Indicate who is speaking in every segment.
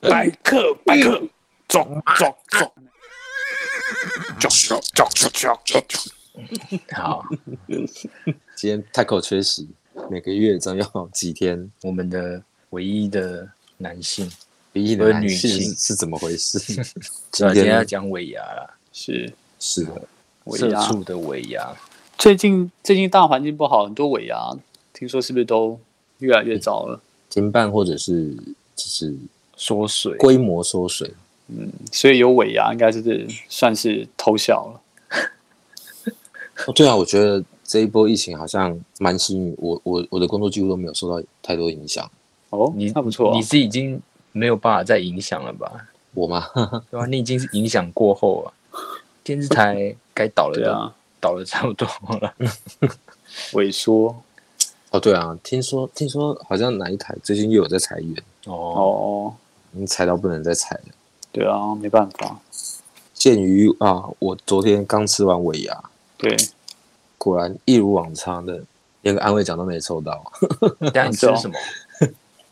Speaker 1: 百克百克，走走走，走走走走走走走。
Speaker 2: 好，今天 Taco 缺席，每个月总有几天。
Speaker 3: 我们的唯一的男性，
Speaker 2: 鼻翼
Speaker 3: 不
Speaker 2: 的
Speaker 3: 是
Speaker 2: 男
Speaker 3: 女
Speaker 2: 性是
Speaker 3: 性
Speaker 2: 是怎么 回事？
Speaker 3: 是啊，
Speaker 2: 今
Speaker 3: 今
Speaker 2: 天
Speaker 3: 天要讲尾牙啦，
Speaker 4: 是
Speaker 2: 是的，
Speaker 4: 尾
Speaker 3: 社
Speaker 4: 牙
Speaker 3: 畜的尾牙，
Speaker 4: 最近最近大环境不好，很多尾牙，听说是不是都越来越糟了？
Speaker 2: 停办或者是就是
Speaker 3: 缩水，
Speaker 2: 规模缩水，
Speaker 4: 所以有尾牙应该是算是偷笑了。
Speaker 2: 哦，对啊，我觉得这一波疫情好像蛮幸运，我我我的工作几乎都没有受到太多影响。
Speaker 4: 哦，
Speaker 3: 你
Speaker 4: 那不错啊、
Speaker 3: 你是已经没有办法再影响了吧？
Speaker 2: 我吗？
Speaker 3: 对啊，你已经是影响过后啊，电视台该倒了
Speaker 4: 对
Speaker 3: 都、
Speaker 4: 啊，
Speaker 3: 倒了差不多了，
Speaker 4: 萎缩
Speaker 2: 哦，对啊，听说听说好像哪一台最近又有在裁员，
Speaker 3: 哦，
Speaker 4: 哦，
Speaker 2: 已经裁到不能再裁了。
Speaker 4: 对啊，没办法，
Speaker 2: 鉴于啊，我昨天刚吃完尾牙，
Speaker 4: 对，
Speaker 2: 果然一如往常的，连个安慰奖都没抽到。
Speaker 3: 但哦你吃什么？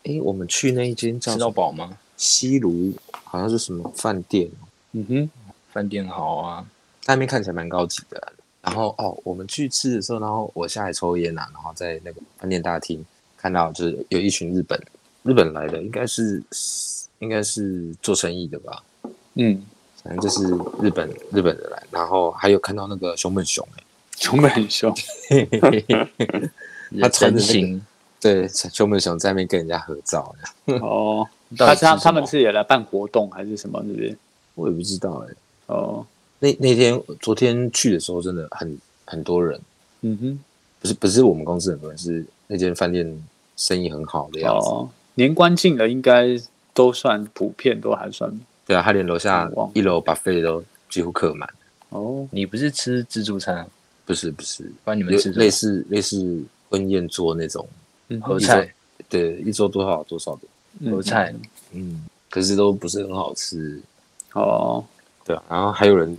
Speaker 2: 诶，我们去那一间叫
Speaker 3: 吃
Speaker 2: 什
Speaker 3: 到
Speaker 2: 么
Speaker 3: 饱吗？
Speaker 2: 西炉，好像是什么饭店，
Speaker 4: 嗯哼，
Speaker 3: 饭店好啊，
Speaker 2: 那边看起来蛮高级的啊。然后哦，我们去吃的时候，然后我下来抽烟啊，然后在那个饭店大厅看到，就是有一群日本日本来的，应该是应该是做生意的吧，
Speaker 4: 嗯，
Speaker 2: 反正就是日本日本人来，然后还有看到那个熊本熊、欸，
Speaker 4: 熊本很凶，
Speaker 3: 人
Speaker 2: 他穿着那个
Speaker 3: 形
Speaker 2: 对，熊本熊在那边跟人家合照，
Speaker 4: 哦，
Speaker 3: 到
Speaker 4: 他
Speaker 3: 底是
Speaker 4: 他他
Speaker 3: 什么
Speaker 4: 们是也来办活动还是什么，对不对？
Speaker 2: 我也不知道哎、欸。
Speaker 4: 哦，
Speaker 2: 那那天昨天去的时候，真的很很多人，
Speaker 4: 嗯哼，
Speaker 2: 不是不是我们公司很多人，是那间饭店生意很好的样子。
Speaker 4: 哦，年关近了，应该都算普遍，都还算
Speaker 2: 对啊，他连楼下
Speaker 4: 哇
Speaker 2: 一楼把费都几乎客满。
Speaker 4: 哦，
Speaker 3: 你不是吃自助餐啊，
Speaker 2: 不是不是，
Speaker 3: 不然你们
Speaker 2: 类
Speaker 3: 吃什
Speaker 2: 类
Speaker 3: 么？
Speaker 2: 似类似婚宴桌那种，
Speaker 4: 嗯哼
Speaker 3: 合
Speaker 2: 一
Speaker 3: 菜，
Speaker 2: 桌对，一桌多少多少的，
Speaker 3: 合
Speaker 4: 嗯
Speaker 3: 菜，
Speaker 2: 嗯，可是都不是很好吃，
Speaker 4: 哦，
Speaker 2: 对啊。然后还有人，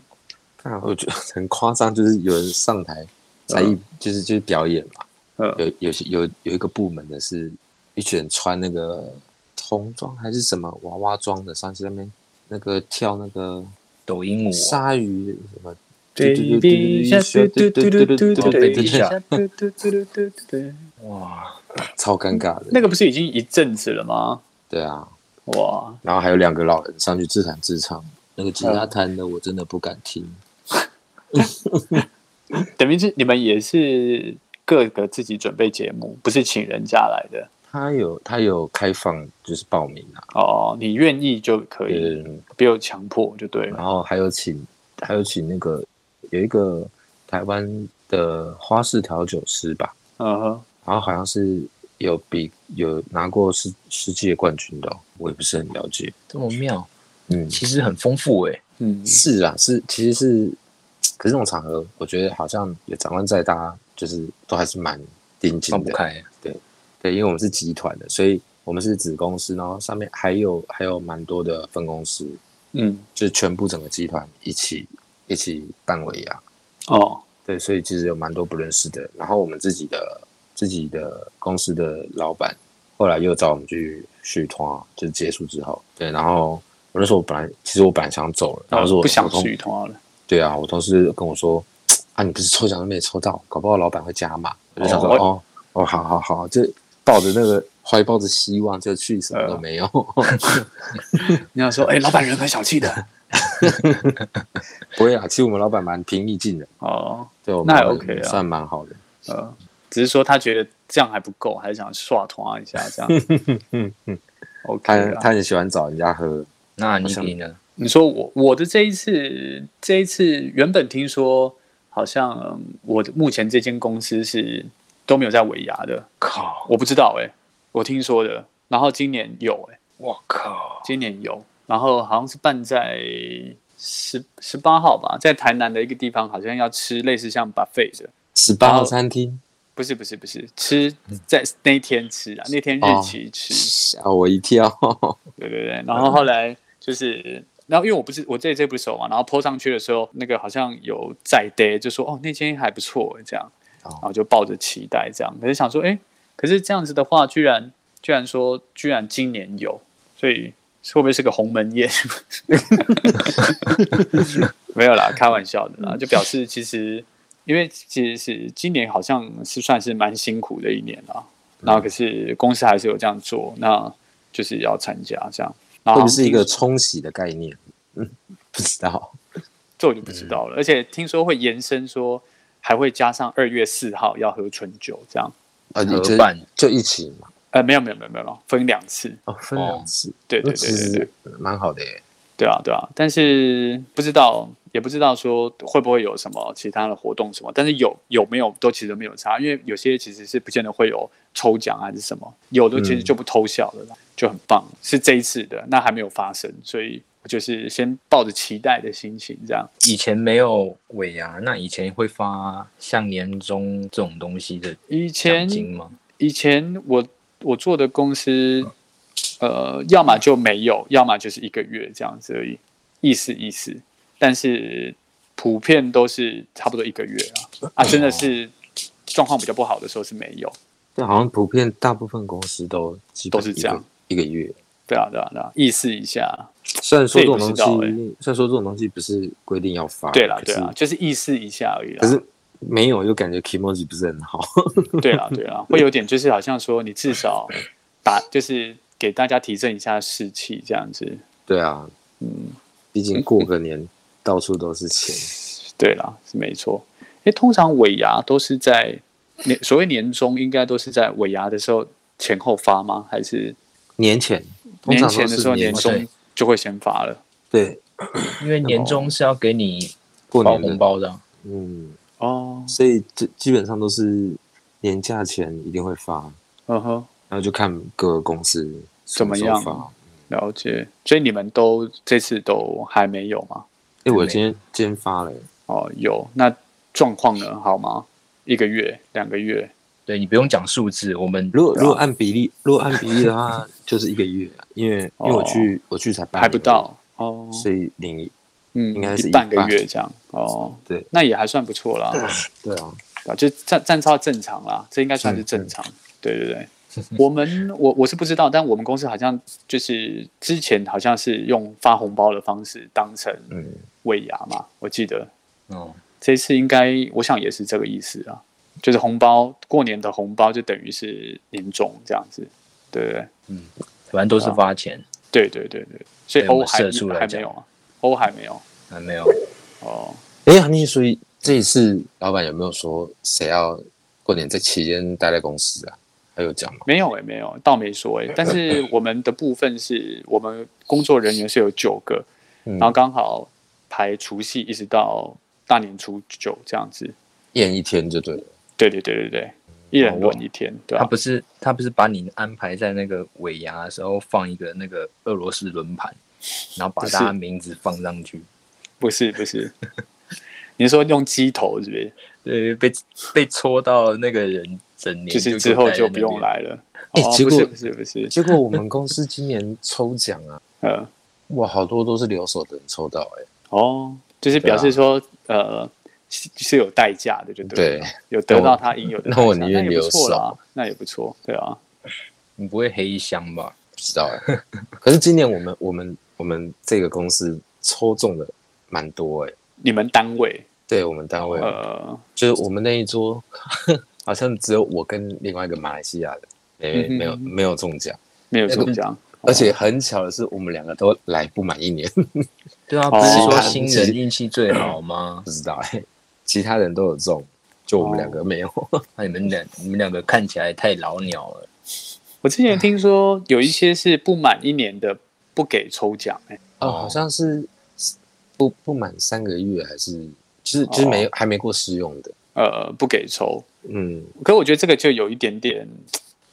Speaker 2: 看我觉得很夸张，就是有人上台才艺，就是就是表演嘛，
Speaker 4: 嗯，
Speaker 2: 有有些有有一个部门的是一群人穿那个童装还是什么娃娃装的，上去那边那个跳那个
Speaker 3: 抖音舞啊，
Speaker 2: 鲨鱼什么。
Speaker 4: Baby shark，嘟嘟嘟嘟嘟嘟
Speaker 2: 对对对
Speaker 4: Baby
Speaker 2: 对
Speaker 4: shark，嘟嘟嘟嘟嘟嘟。
Speaker 3: 哇，
Speaker 2: 超尴尬的。
Speaker 4: 那个不是已经一阵子了吗？
Speaker 2: 对啊，
Speaker 4: 哇，
Speaker 2: 然后还有两个老人上去自弹自唱，那个吉他弹的我真的不敢听。
Speaker 4: 等于是你们也是各个自己准备节目，不是请人家来的
Speaker 2: 他有他有开放就是报名啊，
Speaker 4: 哦。你愿意就可以，
Speaker 2: 嗯，
Speaker 4: 不用强迫就对
Speaker 2: 然
Speaker 4: 了。
Speaker 2: 后还有请还有请那个有一个台湾的花式调酒师吧，
Speaker 4: 嗯哼，
Speaker 2: 然后好像是有比有拿过世世界冠军的哦、我也不是很了解。
Speaker 3: 这么妙，
Speaker 2: 嗯，
Speaker 3: 其实很丰富哎，
Speaker 4: 嗯，
Speaker 2: 是啊，是其实是，可是这种场合，我觉得好像有长官在，大家就是都还是蛮盯紧
Speaker 3: 放
Speaker 2: 的
Speaker 3: 不。开。
Speaker 2: 对，因为我们是集团的，所以我们是子公司，然后上面还有还有蛮多的分公司，
Speaker 4: 嗯，
Speaker 2: 就是全部整个集团一起一起办尾牙。
Speaker 4: 哦，
Speaker 2: 对，所以其实有蛮多不认识的。然后我们自己的自己的公司的老板，后来又找我们去续团，就是结束之后，对。然后我那时候本来其实我本来想走了，然后说我
Speaker 4: 哦不想
Speaker 2: 我同
Speaker 4: 续团了。
Speaker 2: 对啊，我同事跟我说，啊，你不是抽奖都没抽到，搞不好老板会加码。我就想说，
Speaker 4: 我
Speaker 2: 哦，哦，好好好，就抱着那个怀抱着希望，就去什
Speaker 4: 呃
Speaker 2: 么都没有。
Speaker 4: 你要说，哎，老板人很小气的。
Speaker 2: 不会啊，其实我们老板蛮平易近人，
Speaker 4: 哦，
Speaker 2: 对我们
Speaker 4: 那也
Speaker 2: 老板
Speaker 4: OK 啊
Speaker 2: 算蛮好的。
Speaker 4: 呃，只是说他觉得这样还不够，还是想刷团一下这样。
Speaker 2: 嗯嗯，
Speaker 4: OK，
Speaker 2: 他
Speaker 4: 啦
Speaker 2: 他很喜欢找人家喝，
Speaker 3: 那你
Speaker 2: 想
Speaker 3: 给呢？
Speaker 4: 你说我我的这一次，这一次原本听说好像嗯我的目前这间公司是都没有在尾牙的，
Speaker 3: 靠，
Speaker 4: 我不知道哎、我听说的。然后今年有哎、
Speaker 3: 我靠，
Speaker 4: 今年有，然后好像是办在十十八号吧，在台南的一个地方，好像要吃类似像 buffet 的，
Speaker 2: 十八
Speaker 4: 然
Speaker 2: 号
Speaker 4: 后
Speaker 2: 餐厅。
Speaker 4: 不是不是不是，吃在那一天吃啊，那天日期吃。
Speaker 2: 吓啊我一跳！
Speaker 4: 啊对对对，然后后来就是，然后因为我不是我对这不熟嘛，然后 PO 上去的时候，那个好像有在跌，就说哦那间还不错这样，
Speaker 2: 哦
Speaker 4: 然后就抱着期待这样，可是想说哎，可是这样子的话，居然居然说居然今年有，所以会不会是个鸿门宴？ 没有啦，开玩笑的啦，就表示其实因为其实是今年好像是算是蛮辛苦的一年啦，然后可是公司还是有这样做，那就是要参加这样。然
Speaker 2: 会不
Speaker 4: 后好
Speaker 2: 会
Speaker 4: 像
Speaker 2: 是一个
Speaker 4: 听
Speaker 2: 冲洗的概念？嗯，不知 道。
Speaker 4: 这我就不知道
Speaker 2: 嗯
Speaker 4: 了，而且听说会延伸说还会加上二月四号要喝春酒啊这样。
Speaker 2: 呃，
Speaker 3: 合
Speaker 2: 就
Speaker 3: 办
Speaker 2: 就一起嘛，
Speaker 4: 呃，没有没有没有没有，分两次。
Speaker 2: 哦，分两次，
Speaker 4: 对
Speaker 2: 那
Speaker 4: 对对
Speaker 2: 其
Speaker 4: 对对
Speaker 2: 实蛮好的耶。
Speaker 4: 对啊对啊，但是不知道也不知道说会不会有什么其他的活动什么，但是有有没有都其实都没有差，因为有些其实是不见得会有抽奖啊还是什么，有的
Speaker 2: 嗯
Speaker 4: 其实就不偷笑了啦，就很棒，是这一次的，那还没有发生，所以我就是先抱着期待的心情这样。
Speaker 3: 以前没有尾牙，那以前会发像年终这种东西的
Speaker 4: 以
Speaker 3: 奖
Speaker 4: 前
Speaker 3: 金吗？
Speaker 4: 以前我我做的公司，呃，要么就没有，要么就是一个月这样子而已，意思意思。但是普遍都是差不多一个月啊，啊，真的是状况比较不好的时候是没有。
Speaker 2: 但好像普遍大部分公司都基本
Speaker 4: 都是这样
Speaker 2: 一个一个月。
Speaker 4: 对啊，对啊，对啊，意思一下。
Speaker 2: 虽然说这种东西，
Speaker 4: 这也不知道欸
Speaker 2: 虽然说这种东西不是规定要发，
Speaker 4: 对啦，
Speaker 2: 啊可
Speaker 4: 对
Speaker 2: 是
Speaker 4: 啦，就是意思一下而已啦。
Speaker 2: 可是没有又感觉 k i m o j i 不是很好。
Speaker 4: 对啦，对啦，会有点就是好像说你至少打就是给大家提振一下士气这样子。
Speaker 2: 对啊，
Speaker 4: 嗯，
Speaker 2: 毕竟过个年到处都是钱，
Speaker 4: 对啦，是没错。因为通常尾牙都是在年所谓年终，应该都是在尾牙的时候前后发吗？还是
Speaker 2: 年前通
Speaker 4: 年
Speaker 2: 常
Speaker 4: 前
Speaker 2: 都
Speaker 4: 的
Speaker 2: 是
Speaker 4: 时候
Speaker 2: 年
Speaker 4: 终就会先发了？
Speaker 2: 对
Speaker 3: 因为年终是要给你
Speaker 2: 过
Speaker 3: 包
Speaker 2: 年
Speaker 3: 红
Speaker 2: 的，
Speaker 3: 包的啊，
Speaker 2: 嗯，
Speaker 4: 哦，
Speaker 2: 所以这基本上都是年假前一定会发，
Speaker 4: 嗯哼，
Speaker 2: 然后就看各个公司什时候
Speaker 4: 怎么样
Speaker 2: 发。
Speaker 4: 了解。所以你们都这次都还没有吗？
Speaker 2: 哎，我今天今天发了欸耶，
Speaker 4: 哦，有。那状况呢？好吗？一个月、两个月，
Speaker 3: 对你不用讲数字，我们
Speaker 2: 如果
Speaker 4: 对啊
Speaker 2: 如果按比例，如果按比例的话， 就是一个月啊，因为因为我去我去才半
Speaker 4: 还不
Speaker 2: 个月，
Speaker 4: 到哦。
Speaker 2: 所以领
Speaker 4: 嗯，
Speaker 2: 应该是
Speaker 4: 一
Speaker 2: 一
Speaker 4: 半个
Speaker 2: 半
Speaker 4: 月这样哦。
Speaker 2: 对，
Speaker 4: 那也还算不错啦。
Speaker 2: 对啊，
Speaker 4: 对啊，就站站超正常啦，这应该算是正常。对对对，我们我我是不知道，但我们公司好像就是之前好像是用发红包的方式当成
Speaker 2: 嗯，
Speaker 4: 尾牙嘛，我记得
Speaker 3: 哦，
Speaker 4: 这次应该我想也是这个意思啊，就是红包过年的红包就等于是年终这样子，对不对？
Speaker 3: 反正都
Speaker 4: 啊
Speaker 3: 是发钱，
Speaker 4: 对对对对，所以
Speaker 3: 对我
Speaker 4: 欧
Speaker 3: 们
Speaker 4: 还
Speaker 3: 社畜来
Speaker 4: 还没
Speaker 3: 讲
Speaker 4: 有啊，欧还没有
Speaker 3: 还哎没有
Speaker 4: 哦。
Speaker 2: 哎，韩丽，所以这一次老板有没有说谁要过年这期间待在公司啊？还有讲吗？
Speaker 4: 没有诶、欸没有，倒没说诶、但是我们的部分是我们工作人员是有九个，
Speaker 2: 嗯
Speaker 4: 然后刚好排除夕一直到大年初九这样子。
Speaker 2: 演一天就对了。
Speaker 4: 对对对对对，一
Speaker 2: 哦
Speaker 4: 人轮一天，对
Speaker 3: 他
Speaker 4: 吧、
Speaker 3: 不是他不是把你安排在那个尾牙的时候放一个那个俄罗斯轮盘，然后把
Speaker 4: 不是
Speaker 3: 大家名字放上去，
Speaker 4: 不是不 是，你说用鸡头是不是？
Speaker 3: 对，被被戳到那个人整年
Speaker 4: 就是之后就不用
Speaker 3: 了。
Speaker 4: 来了。
Speaker 2: 哎
Speaker 4: 哦，
Speaker 2: 结
Speaker 4: 不
Speaker 2: 果
Speaker 4: 是不是不是，
Speaker 2: 结果我们公司今年抽奖啊，
Speaker 4: 呃，
Speaker 2: 哇，好多都是留守的人抽到哎、
Speaker 4: 哦，就是
Speaker 2: 啊
Speaker 4: 表示说、呃是是有代价的，就对了，
Speaker 2: 对
Speaker 4: 有得到他应有的代价，
Speaker 2: 那我宁愿
Speaker 4: 那也不错
Speaker 2: 留
Speaker 4: 啦
Speaker 2: 守，
Speaker 4: 那也不错，对啊。
Speaker 3: 你不会黑一箱吧？
Speaker 2: 不知道哎、可是今年我们我们我们这个公司抽中的蛮多哎、
Speaker 4: 你们单位，
Speaker 2: 对我们单位、
Speaker 4: 呃，
Speaker 2: 就是我们那一桌， 好像只有我跟另外一个马来西亚的，没
Speaker 4: 嗯哼哦
Speaker 2: 没有没有中奖，
Speaker 4: 没有中奖，
Speaker 2: 而且很巧的是，我们两个都来不满一年，
Speaker 3: 对啊，
Speaker 4: 哦
Speaker 3: 不是说新人运气最好吗？
Speaker 4: 嗯
Speaker 2: 不知道哎、其他人都有中，就我们两个
Speaker 4: 哦
Speaker 2: 没有。
Speaker 3: 那你们两你们两个看起来太老鸟了。
Speaker 4: 我之前听说有一些是不满一年的不给抽奖、欸，
Speaker 2: 哦，好像是不不满三个月，还是就是就是
Speaker 4: 哦
Speaker 2: 没、还没过试用的。
Speaker 4: 呃，不给抽。
Speaker 2: 嗯，
Speaker 4: 可我觉得这个就有一点点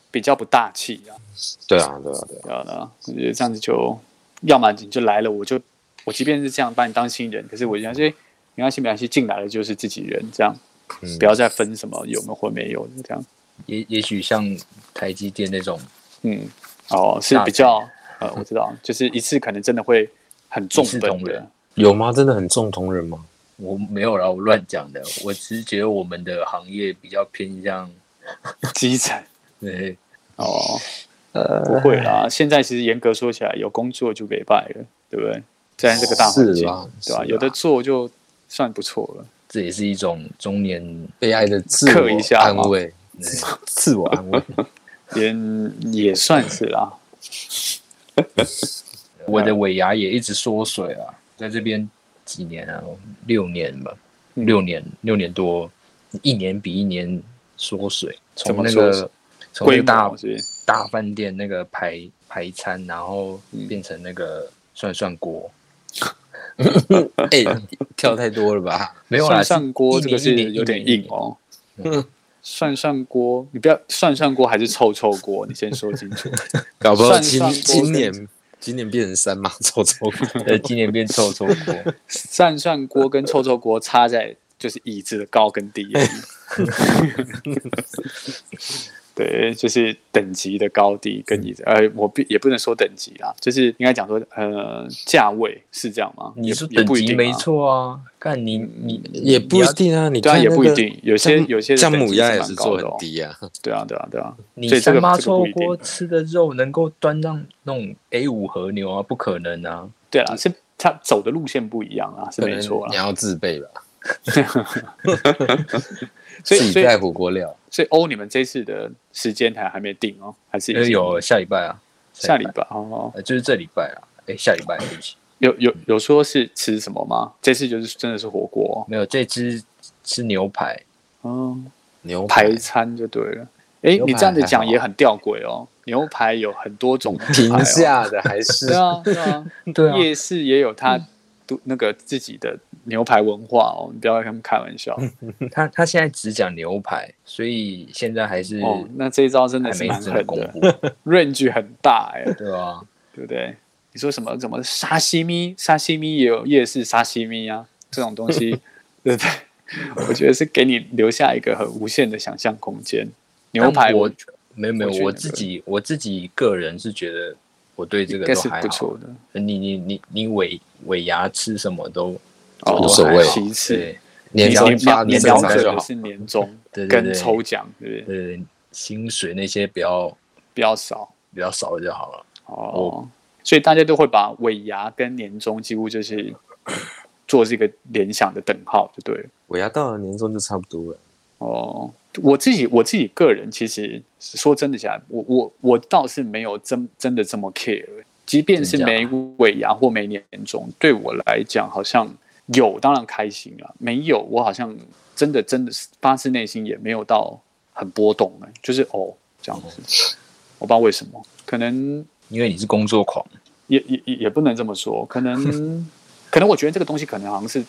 Speaker 4: 比较不大气啊，
Speaker 2: 对啊，对啊，对啊，
Speaker 4: 对啊，我觉得这样子就，要么你就来了，我就我即便是这样把你当新人，可是我就想说，哎没关系，没关系，进来了就是自己人，这样
Speaker 2: 嗯
Speaker 4: 不要再分什么有没有或没有的这样。
Speaker 3: 也也许像台积电那种，
Speaker 4: 嗯，哦，是
Speaker 3: 大
Speaker 4: 比较呃，我知道，就是一次可能真的会很重
Speaker 3: 一视
Speaker 4: 本
Speaker 3: 同
Speaker 4: 的
Speaker 3: 仁。
Speaker 2: 有吗？真的很重同人吗？
Speaker 3: 我没有啦，我乱讲的。我只是觉得我们的行业比较偏向， 呃
Speaker 4: 基层
Speaker 3: 对，
Speaker 4: 哦，
Speaker 3: 呃
Speaker 4: 不会啦。现在其实严格说起来，有工作就没败了，对不对？现在这个大环
Speaker 2: 是
Speaker 4: 境
Speaker 2: 啦，
Speaker 4: 对吧、
Speaker 2: 是啦
Speaker 4: 有的做就算不错了。
Speaker 3: 这也是一种中年
Speaker 2: 悲哀的自
Speaker 4: 刻一
Speaker 2: 我
Speaker 4: 下
Speaker 2: 安
Speaker 4: 嘛
Speaker 2: 慰，自自我安慰。
Speaker 4: 也也算是 啦。
Speaker 3: 我的尾牙也一直缩水啊，在这边几年啊，六年吧，
Speaker 4: 嗯
Speaker 3: 六年六年多，一年比一年缩水。
Speaker 4: 怎
Speaker 3: 从
Speaker 4: 么
Speaker 3: 那
Speaker 4: 缩
Speaker 3: 个
Speaker 4: 水
Speaker 3: 从那
Speaker 4: 规
Speaker 3: 个大
Speaker 4: 模是不是
Speaker 3: 大饭店那个排排餐，然后变成那个涮涮锅，
Speaker 2: 哎、跳太多了吧？
Speaker 3: 没有啦，
Speaker 4: 涮涮锅这个
Speaker 3: 一年
Speaker 4: 是
Speaker 3: 一年
Speaker 4: 有点
Speaker 3: 一年
Speaker 4: 硬哦
Speaker 2: 嗯。
Speaker 4: 涮涮锅，你不要涮涮锅还是臭臭锅？你先说清楚。
Speaker 2: 搞不好
Speaker 4: 算
Speaker 2: 今
Speaker 4: 上锅
Speaker 2: 今
Speaker 4: 跟
Speaker 2: 年今年变成三马臭 臭锅，
Speaker 3: 呃，今年变臭臭锅，
Speaker 4: 涮涮锅跟臭臭锅差在就是椅子的高跟低而已。对，就是等级的高低跟椅子，呃，我不也不能说等级啦，就是应该讲说，呃，价位是这样吗？
Speaker 3: 你
Speaker 4: 也
Speaker 3: 是
Speaker 4: 也
Speaker 3: 等
Speaker 4: 不一
Speaker 3: 级
Speaker 4: 定
Speaker 3: 没
Speaker 4: 啊嗯
Speaker 3: 错啊，看你你
Speaker 2: 也不一定啊。你
Speaker 4: 对啊，
Speaker 2: 看
Speaker 4: 也
Speaker 2: 那
Speaker 4: 不一
Speaker 2: 个
Speaker 4: 定，有些
Speaker 2: 姜
Speaker 4: 有些
Speaker 2: 姜
Speaker 4: 人等
Speaker 2: 母
Speaker 4: 级
Speaker 2: 鸭也
Speaker 4: 蛮
Speaker 2: 是
Speaker 4: 高
Speaker 2: 做
Speaker 4: 的
Speaker 2: 很
Speaker 4: 哦，
Speaker 2: 低啊，
Speaker 4: 对啊，对啊，对啊，
Speaker 3: 你
Speaker 4: 所以这
Speaker 3: 三
Speaker 4: 个
Speaker 3: 妈
Speaker 4: 这个
Speaker 3: 臭
Speaker 4: 不一定啊
Speaker 3: 锅吃的肉能够端到那种 A 五和牛啊，不可能啊！
Speaker 4: 对啦，是他走的路线不一样啊，是
Speaker 2: 可
Speaker 4: 没
Speaker 2: 能
Speaker 4: 错
Speaker 2: 你
Speaker 4: 啦。
Speaker 2: 要自备吧，自
Speaker 4: 所以所
Speaker 2: 己
Speaker 4: 以
Speaker 2: 带火锅料。
Speaker 4: 所以欧，你们这次的时间还还没定哦，还是已
Speaker 3: 呃，
Speaker 4: 经
Speaker 3: 有下礼拜啊，
Speaker 4: 下礼拜哦，
Speaker 3: 呃就是这礼拜啦，哎，下礼拜对不起，
Speaker 4: 有有有说是吃什么吗？这次就是真的是火锅
Speaker 3: 没有这只吃牛排，
Speaker 4: 哦，嗯，
Speaker 2: 牛
Speaker 4: 排餐就对了。哎，
Speaker 2: 牛排
Speaker 4: 你这样子
Speaker 2: 还
Speaker 4: 讲
Speaker 2: 好啊
Speaker 4: 也很吊诡哦，牛排有很多种
Speaker 2: 平
Speaker 4: 牌哦，
Speaker 2: 价的还是
Speaker 4: 对啊对啊，
Speaker 3: 对啊，
Speaker 4: 夜市也有它独那个自己的牛排文化哦，你不要跟他们开玩笑。
Speaker 2: 嗯
Speaker 3: 他他现在只讲牛排，所以现在还是
Speaker 4: 哦，那这一招真的
Speaker 3: 还
Speaker 4: 是
Speaker 3: 没
Speaker 4: 蛮
Speaker 3: 真的
Speaker 4: 狠
Speaker 3: 公
Speaker 4: 的
Speaker 3: 布，
Speaker 4: ，range 很大哎、
Speaker 3: 对吧？
Speaker 4: 对不对？你说什么什么沙西米，沙西米也有夜市沙西米啊，这种 东西，对不对？我觉得是给你留下一个很无限的想象空间。牛排
Speaker 3: 但我没有没有
Speaker 4: 我觉，得
Speaker 3: 我自己我自己个人是觉得我对这
Speaker 4: 应
Speaker 3: 个
Speaker 4: 该
Speaker 3: 都
Speaker 4: 是
Speaker 3: 还
Speaker 4: 不
Speaker 3: 好，
Speaker 4: 错的，
Speaker 3: 你你你你尾尾牙吃什么都
Speaker 4: 哦
Speaker 2: 无所谓
Speaker 4: 其次，
Speaker 3: 对
Speaker 4: 你
Speaker 2: 年
Speaker 4: 你
Speaker 2: 终发
Speaker 4: 瞄
Speaker 2: 你
Speaker 4: 你
Speaker 2: 正
Speaker 4: 瞄
Speaker 2: 常
Speaker 4: 准
Speaker 2: 就
Speaker 4: 的
Speaker 2: 好。
Speaker 4: 是年终
Speaker 3: 对对
Speaker 4: 跟
Speaker 3: 对
Speaker 4: 抽奖，对不对？
Speaker 3: 对呃薪水那些比较
Speaker 4: 比较少
Speaker 3: 比较少就好了。
Speaker 4: 哦，所以大家都会把尾牙跟年终几乎就是做这个联想的等号，就对了。
Speaker 2: 我要到了年终就差不多了，
Speaker 4: 哦，我自己我自己个人其实说真的起来，我我我倒是没有真真的这么 care，即便是
Speaker 3: 真假
Speaker 4: 没尾牙或没年终，对我来讲好像有当然开心了，没有我好像真的真的是发自内心也没有到很波动哎、就是哦这样子，我不知道为什么，可能
Speaker 3: 因为你是工作狂，
Speaker 4: 也也也也不能这么说，可能可能我觉得这个东西可能好像是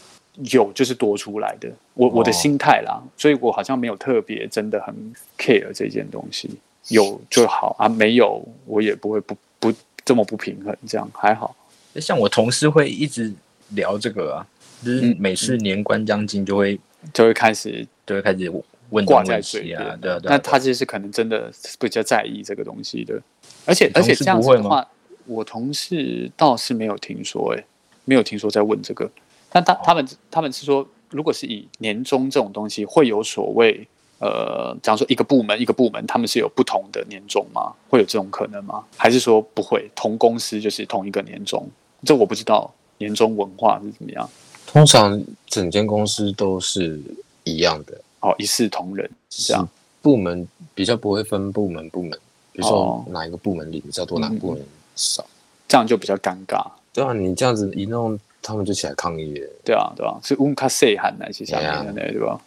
Speaker 4: 有就是多出来的，我我的
Speaker 2: 哦
Speaker 4: 心态啦，所以我好像没有特别真的很 care 这件东西，有就好啊，没有我也不会不不这么不平衡，这样还好。
Speaker 3: 像我同事会一直聊这个啊，
Speaker 4: 嗯
Speaker 3: 就是每次年关将近就会
Speaker 4: 就会开始
Speaker 3: 就会开始问东
Speaker 4: 挂在
Speaker 3: 问
Speaker 4: 嘴
Speaker 3: 西
Speaker 4: 边、
Speaker 3: 啊，对啊对啊。
Speaker 4: 那他就是可能真的比较在意这个东西的，而且
Speaker 3: 你
Speaker 4: 而
Speaker 3: 同事
Speaker 4: 且这样子
Speaker 3: 不会
Speaker 4: 的话，我同事倒是没有听说、欸，没有听说在问这个。但
Speaker 3: 哦
Speaker 4: 他他们他们是说，如果是以年终这种东西，会有所谓呃，假如说一个部门一个部门，他们是有不同的年终吗？会有这种可能吗？还是说不会，同公司就是同一个年终？这我不知道年终文化是怎么样，
Speaker 2: 通常整间公司都是一样的，
Speaker 4: 哦，一视同仁这样。
Speaker 2: 部门比较不会分部门部门，比如说
Speaker 4: 哦
Speaker 2: 哪一个部门领比较多，哪个部门少。
Speaker 4: 这样就比较尴尬。
Speaker 2: 对啊，你这样子一弄，他们就起来抗议了。
Speaker 4: 对啊，对啊，是温卡塞喊那些下
Speaker 2: 啊
Speaker 4: 面的那对吧？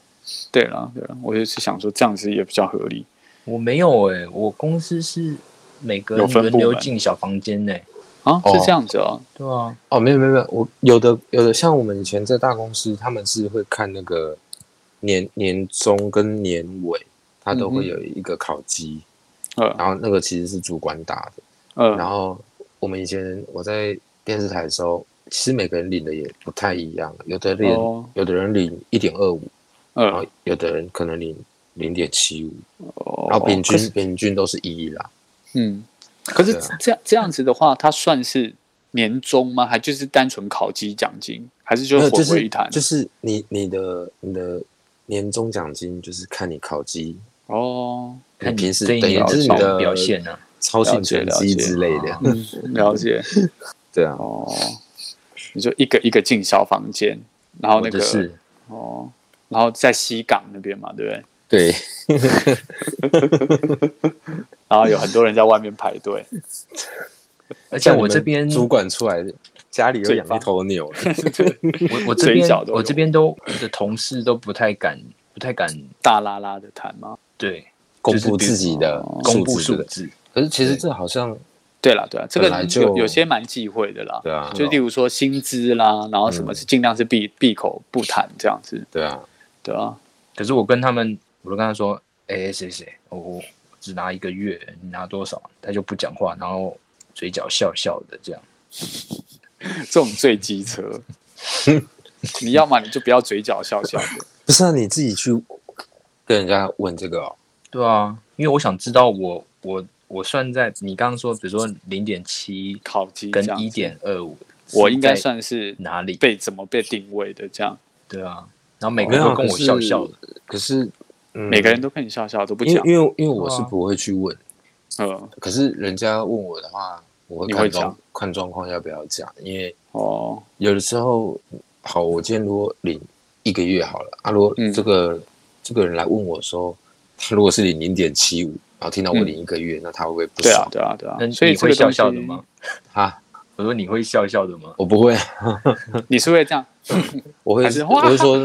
Speaker 4: 对了，对了，我就是想说这样子也比较合理。
Speaker 3: 我没有哎、我公司是每个
Speaker 4: 有
Speaker 3: 人
Speaker 4: 分
Speaker 3: 轮
Speaker 4: 部门
Speaker 3: 流进小房间呢、
Speaker 4: 啊，
Speaker 2: 哦
Speaker 4: 是这样子哦，
Speaker 3: 对啊，
Speaker 2: 哦，没有没有没有，我有的有的像我们以前在大公司，他们是会看那个年年终跟年尾，它都会
Speaker 4: 嗯哼
Speaker 2: 有一个考绩，
Speaker 4: 呃
Speaker 2: 然后那个其实是主管打的。然
Speaker 4: 呃，
Speaker 2: 后我们以前我在电视台的时候，其实每个人领的也不太一样，有的领、
Speaker 4: 哦
Speaker 2: 有的人领一点二五，
Speaker 3: 嗯
Speaker 2: 然
Speaker 4: 呃
Speaker 2: 后，有的人可能领零点七五，然
Speaker 3: 哦
Speaker 4: 然
Speaker 2: 后平均、
Speaker 4: 可是
Speaker 2: 平均都是一啦。
Speaker 4: 哦嗯，可是
Speaker 2: 对啊
Speaker 4: 这样这样子的话，它算是年终吗？还就是单纯考绩奖金，还是就
Speaker 2: 没
Speaker 4: 是
Speaker 2: 有，就
Speaker 4: 混为一
Speaker 2: 是
Speaker 4: 谈？
Speaker 2: 就是你你的你的年终奖金就是看你考绩，
Speaker 4: 哦，
Speaker 2: 你
Speaker 3: 看
Speaker 2: 平时
Speaker 3: 这一
Speaker 2: 等于
Speaker 3: 年
Speaker 2: 就是你
Speaker 3: 的
Speaker 2: 的
Speaker 3: 表现啊，
Speaker 2: 超性拳击
Speaker 3: 了解啊
Speaker 2: 之类的。
Speaker 4: 嗯，了解。
Speaker 2: 对啊，
Speaker 4: 哦，你就一个一个进小房间，然后那
Speaker 2: 我的
Speaker 4: 个
Speaker 2: 是，
Speaker 4: 哦，然后在西港那边嘛，对不对？
Speaker 2: 对，
Speaker 4: 然后有很多人在外面排队，
Speaker 3: 而且我这边
Speaker 2: 主管出来，家里有
Speaker 4: 最
Speaker 2: 养
Speaker 4: 棒
Speaker 2: 一头牛了，
Speaker 3: 我我这
Speaker 4: 嘴
Speaker 3: 边
Speaker 4: 角都有
Speaker 3: 我这边都我的同事都不太敢不太敢
Speaker 4: 大拉拉的谈嘛。
Speaker 3: 对
Speaker 2: 公
Speaker 3: 就是
Speaker 2: 布
Speaker 3: 比如
Speaker 2: 自己的
Speaker 4: 哦
Speaker 3: 公布
Speaker 2: 数
Speaker 3: 数
Speaker 2: 字。
Speaker 3: 字，
Speaker 2: 可是其实这好像
Speaker 4: 对啦，对啦，啊这个
Speaker 2: 本来就
Speaker 4: 有有些蛮忌讳的啦，
Speaker 2: 对啊嗯
Speaker 4: 就例如说薪资啦，然后什么是尽量是闭闭口不谈这样子，
Speaker 2: 对啊，
Speaker 4: 对啊，
Speaker 3: 可是我跟他们，我都跟他说，哎、谁谁，我我只拿一个月，你拿多少？他就不讲话，然后嘴角笑笑的这样。
Speaker 4: 这种最机车。 你要么你就不要嘴角笑笑的，
Speaker 2: 不是啊，你自己去跟人家问这个哦。
Speaker 3: 对啊，因为我想知道我我我算在你刚刚说，比如说零点七
Speaker 4: 烤鸡这
Speaker 3: 跟
Speaker 4: 样子
Speaker 3: 一，点二五，
Speaker 4: 我应该算是
Speaker 3: 哪里？
Speaker 4: 被怎么被定位的这样，
Speaker 3: 对啊，然后每个
Speaker 2: 没
Speaker 3: 人
Speaker 2: 有
Speaker 3: 都
Speaker 2: 啊
Speaker 3: 跟我笑笑的。，
Speaker 2: 可是可是嗯
Speaker 4: 每个人都跟你笑笑都不
Speaker 2: 因
Speaker 4: 讲
Speaker 2: 为，因为因为我是
Speaker 3: 对啊
Speaker 2: 不会去问，
Speaker 4: 嗯，
Speaker 2: 可是人家问我的话，我会
Speaker 4: 你会
Speaker 2: 看
Speaker 4: 讲
Speaker 2: 状看状况要不要讲，因为
Speaker 4: 哦，
Speaker 2: 有的时候，好，我今天如果领一个月好了，啊，如果
Speaker 4: 嗯
Speaker 2: 这个、这个人来问我说，他如果是领零点七五，然后听到我
Speaker 4: 嗯
Speaker 2: 领一个月，那他会不会不
Speaker 4: 对啊
Speaker 2: 爽，？
Speaker 4: 对啊，对啊
Speaker 3: 那，
Speaker 4: 所以
Speaker 3: 你
Speaker 4: 这
Speaker 3: 会
Speaker 4: 个
Speaker 3: 笑
Speaker 4: 东西
Speaker 3: 笑的吗？？
Speaker 2: 啊，
Speaker 3: 我说你会笑笑的吗？
Speaker 2: 我不会，啊
Speaker 4: 你是会这样？
Speaker 2: 我会
Speaker 4: 还是
Speaker 2: 我会说，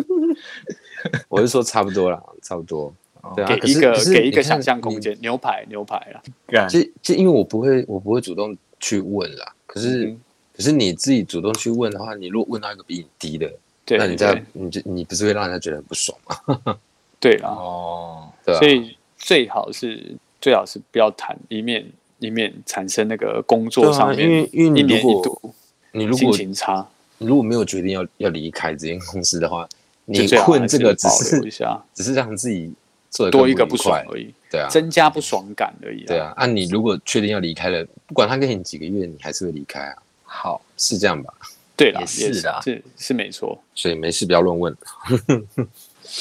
Speaker 2: 我是说差不多啦，差不多。对啊，可
Speaker 4: 哦给一
Speaker 2: 是
Speaker 4: 个
Speaker 2: 可是
Speaker 4: 给一
Speaker 2: 你
Speaker 4: 个
Speaker 2: 看
Speaker 4: 想象
Speaker 2: 你
Speaker 4: 空间，牛排牛排啊啦，
Speaker 3: 干
Speaker 2: 这这因为我不会，我不会主动去问啦。可是、
Speaker 4: 嗯
Speaker 2: 可是你自己主动去问的话，你如果问到一个比你低的，
Speaker 4: 对，
Speaker 2: 那你
Speaker 4: 对
Speaker 2: 在你就你不是会让人家觉得很不爽吗？
Speaker 4: 对啊啦，
Speaker 3: 哦，
Speaker 2: 对啊，
Speaker 4: 所以最好是最好是不要谈，以免以免产生那个工作上
Speaker 2: 对啊因
Speaker 4: 面
Speaker 2: 为因为你
Speaker 4: 一年
Speaker 2: 如
Speaker 4: 一
Speaker 2: 果
Speaker 4: 度
Speaker 2: 你如
Speaker 4: 心
Speaker 2: 果
Speaker 4: 情差，
Speaker 2: 你如果没有决定要要离开这间公司的话，
Speaker 4: 就
Speaker 2: 你
Speaker 4: 最好
Speaker 2: 困
Speaker 4: 还
Speaker 2: 这
Speaker 4: 是
Speaker 2: 个只
Speaker 4: 保
Speaker 2: 是
Speaker 4: 留一下，
Speaker 2: 只是让自己做得更
Speaker 4: 多一个
Speaker 2: 愉
Speaker 4: 不爽
Speaker 2: 快
Speaker 4: 而已，
Speaker 2: 对啊，
Speaker 4: 增加不爽感而已。
Speaker 2: 对，啊。啊，你如果确定要离开了，不管他给你几个月，你还是会离开啊，
Speaker 3: 好，
Speaker 2: 是这样吧？
Speaker 4: 对啦，
Speaker 3: 也是
Speaker 4: 也
Speaker 3: 啦
Speaker 4: 是是没错。
Speaker 2: 所以没事不要乱问。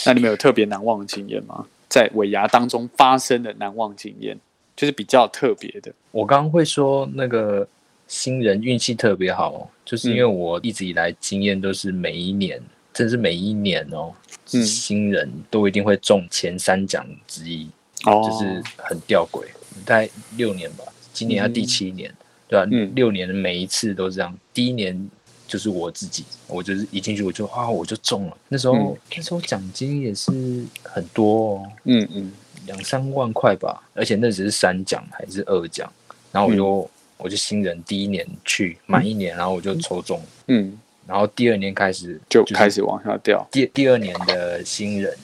Speaker 4: 那你们有特别难忘的经验吗？在尾牙当中发生的难忘经验，就是比较特别的。
Speaker 3: 我刚刚会说那个新人运气特别好，哦就是因为我一直以来经验都是每一年，真是每一年哦，
Speaker 4: 嗯
Speaker 3: 新人都一定会中前三奖之一，
Speaker 4: 哦
Speaker 3: 就是很吊诡，大概六年吧，今年要第七年，对吧、啊
Speaker 4: 嗯
Speaker 3: 六年每一次都这样，第一年。就是我自己，我就是一进去我就啊，我就中了。那时候、
Speaker 4: 嗯
Speaker 3: 那时候奖金也是很多哦，
Speaker 4: 嗯嗯，
Speaker 3: 两三万块吧，而且那只是三奖还是二奖，然后我就、
Speaker 4: 嗯
Speaker 3: 我就新人第一年去满一年，然后我就抽中，
Speaker 4: 嗯，
Speaker 3: 然后第二年开始
Speaker 4: 就是开始往下掉。
Speaker 3: 第第二年的新人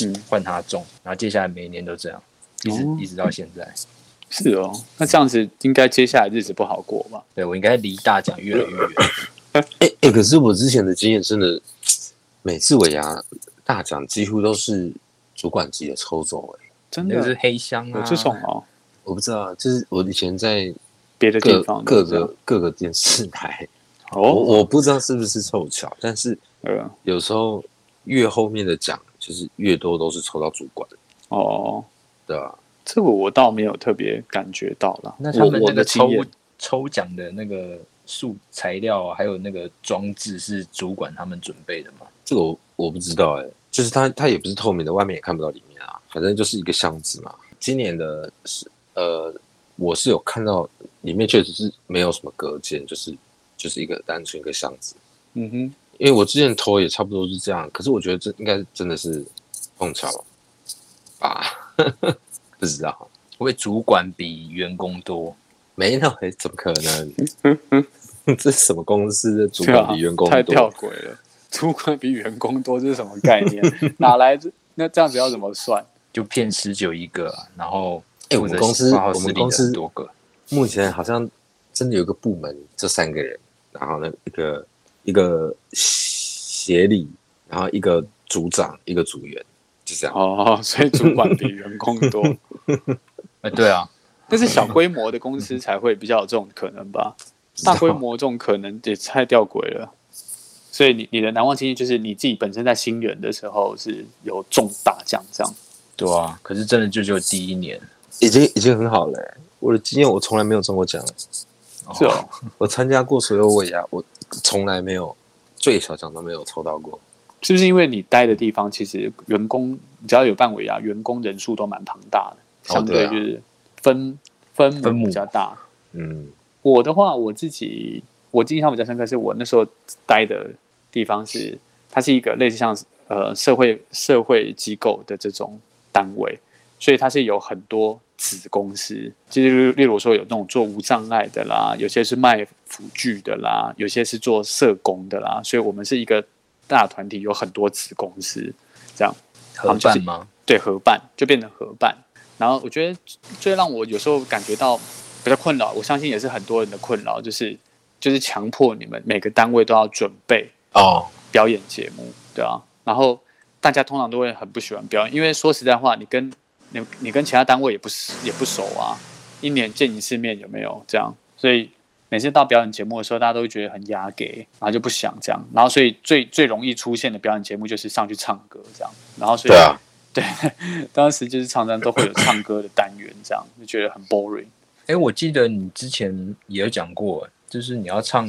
Speaker 4: 嗯，
Speaker 3: 换他中，然后接下来每一年都这样，一直、
Speaker 4: 哦
Speaker 3: 一直到现在。
Speaker 4: 是哦，那这样子应该接下来日子不好过吧？
Speaker 3: 对我应该离大奖越来越远，
Speaker 2: 哎、哎、可是我之前的经验真的，每次尾牙大奖几乎都是主管级的抽走、欸，
Speaker 4: 真
Speaker 3: 那个
Speaker 4: 的
Speaker 3: 是黑箱啊，
Speaker 4: 有这种哦，
Speaker 2: 我不知道，就是我以前在
Speaker 4: 别的地
Speaker 2: 各
Speaker 4: 方
Speaker 2: 各
Speaker 4: 都这样
Speaker 2: 个各个电视台，我
Speaker 4: 哦，
Speaker 2: 我不知道是不是凑巧，但是
Speaker 4: 呃，
Speaker 2: 有时候越后面的奖，就是越多都是抽到主管，
Speaker 4: 哦，
Speaker 2: 对吧？
Speaker 4: 这个我倒没有特别感觉到啦。
Speaker 3: 那他们
Speaker 4: 我我
Speaker 3: 那个
Speaker 4: 的经
Speaker 3: 抽
Speaker 4: 验
Speaker 3: 抽奖的那个素材料啊还有那个装置是主管他们准备的吗？
Speaker 2: 这个我我不知道哎、就是它它也不是透明的，外面也看不到里面啊，反正就是一个箱子嘛。今年的是呃，我是有看到里面确实是没有什么隔间，就是就是一个单纯一个箱子。
Speaker 4: 嗯哼，
Speaker 2: 因为我之前投也差不多是这样，可是我觉得这应该真的是碰巧吧，不知道，
Speaker 3: 因为主管比员工多，
Speaker 2: 没那回怎么可能？ 这是什么公司的主管比员工
Speaker 4: 对啊太
Speaker 2: 多？
Speaker 4: 吊诡了，主管比员工多，这是什么概念？哪来这？那这样子要怎么算？
Speaker 3: 就骗十九一个啊、然后
Speaker 2: 哎我们
Speaker 3: 负责
Speaker 2: 公司
Speaker 3: 挂号
Speaker 2: 我们
Speaker 3: 司令
Speaker 2: 公
Speaker 3: 的
Speaker 2: 司
Speaker 3: 很多个，
Speaker 2: 目前好像真的有个部门这三个人，然后呢，一个一个协理，然后一个组长，一个组员，就这样。
Speaker 4: 哦，所以主管比员工 多，
Speaker 3: 呃，对啊，
Speaker 4: 但是小规模的公司才会比较有这种可能吧？
Speaker 2: 嗯
Speaker 4: 大规模这种可能也太吊诡了。所以你你的难忘经验就是你自己本身在新人的时候是有中大奖这样。
Speaker 3: 对啊，可是真的就只有第一年，
Speaker 2: 已经已经很好了欸、我的经验我从来没有中过奖欸，
Speaker 4: 是哦，
Speaker 2: 我参加过所有尾牙，我从来没有最小奖都没有抽到过。
Speaker 4: 是不是因为你待的地方其实员工只要有办尾牙，员工人数都蛮庞大的，
Speaker 2: 哦
Speaker 4: 相
Speaker 2: 对啊
Speaker 4: 就是分、分母
Speaker 3: 分母
Speaker 4: 比较大。
Speaker 2: 嗯，
Speaker 4: 我的话，我自己我印象比较深刻是我那时候待的地方是，它是一个类似像呃社会社会机构的这种单位，所以它是有很多子公司，就是例如说有那种做无障碍的啦，有些是卖辅具的啦，有些是做社工的啦，所以我们是一个大团体，有很多子公司这样。
Speaker 3: 合办吗？
Speaker 4: 对合办就变成合办。然后我觉得最让我有时候感觉到比较困扰，我相信也是很多人的困扰，就是就是强迫你们每个单位都要准备
Speaker 2: 哦，
Speaker 4: 表演节目，对啊。然后大家通常都会很不喜欢表演，因为说实在话，你跟你你跟其他单位也不是也不熟啊，一年见一次面有没有这样？所以每次到表演节目的时候，大家都会觉得很压给，然后就不想这样。然后所以最最容易出现的表演节目就是上去唱歌这样。然后所以
Speaker 2: 对啊，
Speaker 4: 对，当时就是常常都会有唱歌的单元，这样就觉得很 boring。
Speaker 3: 哎、我记得你之前也有讲过，就是你要唱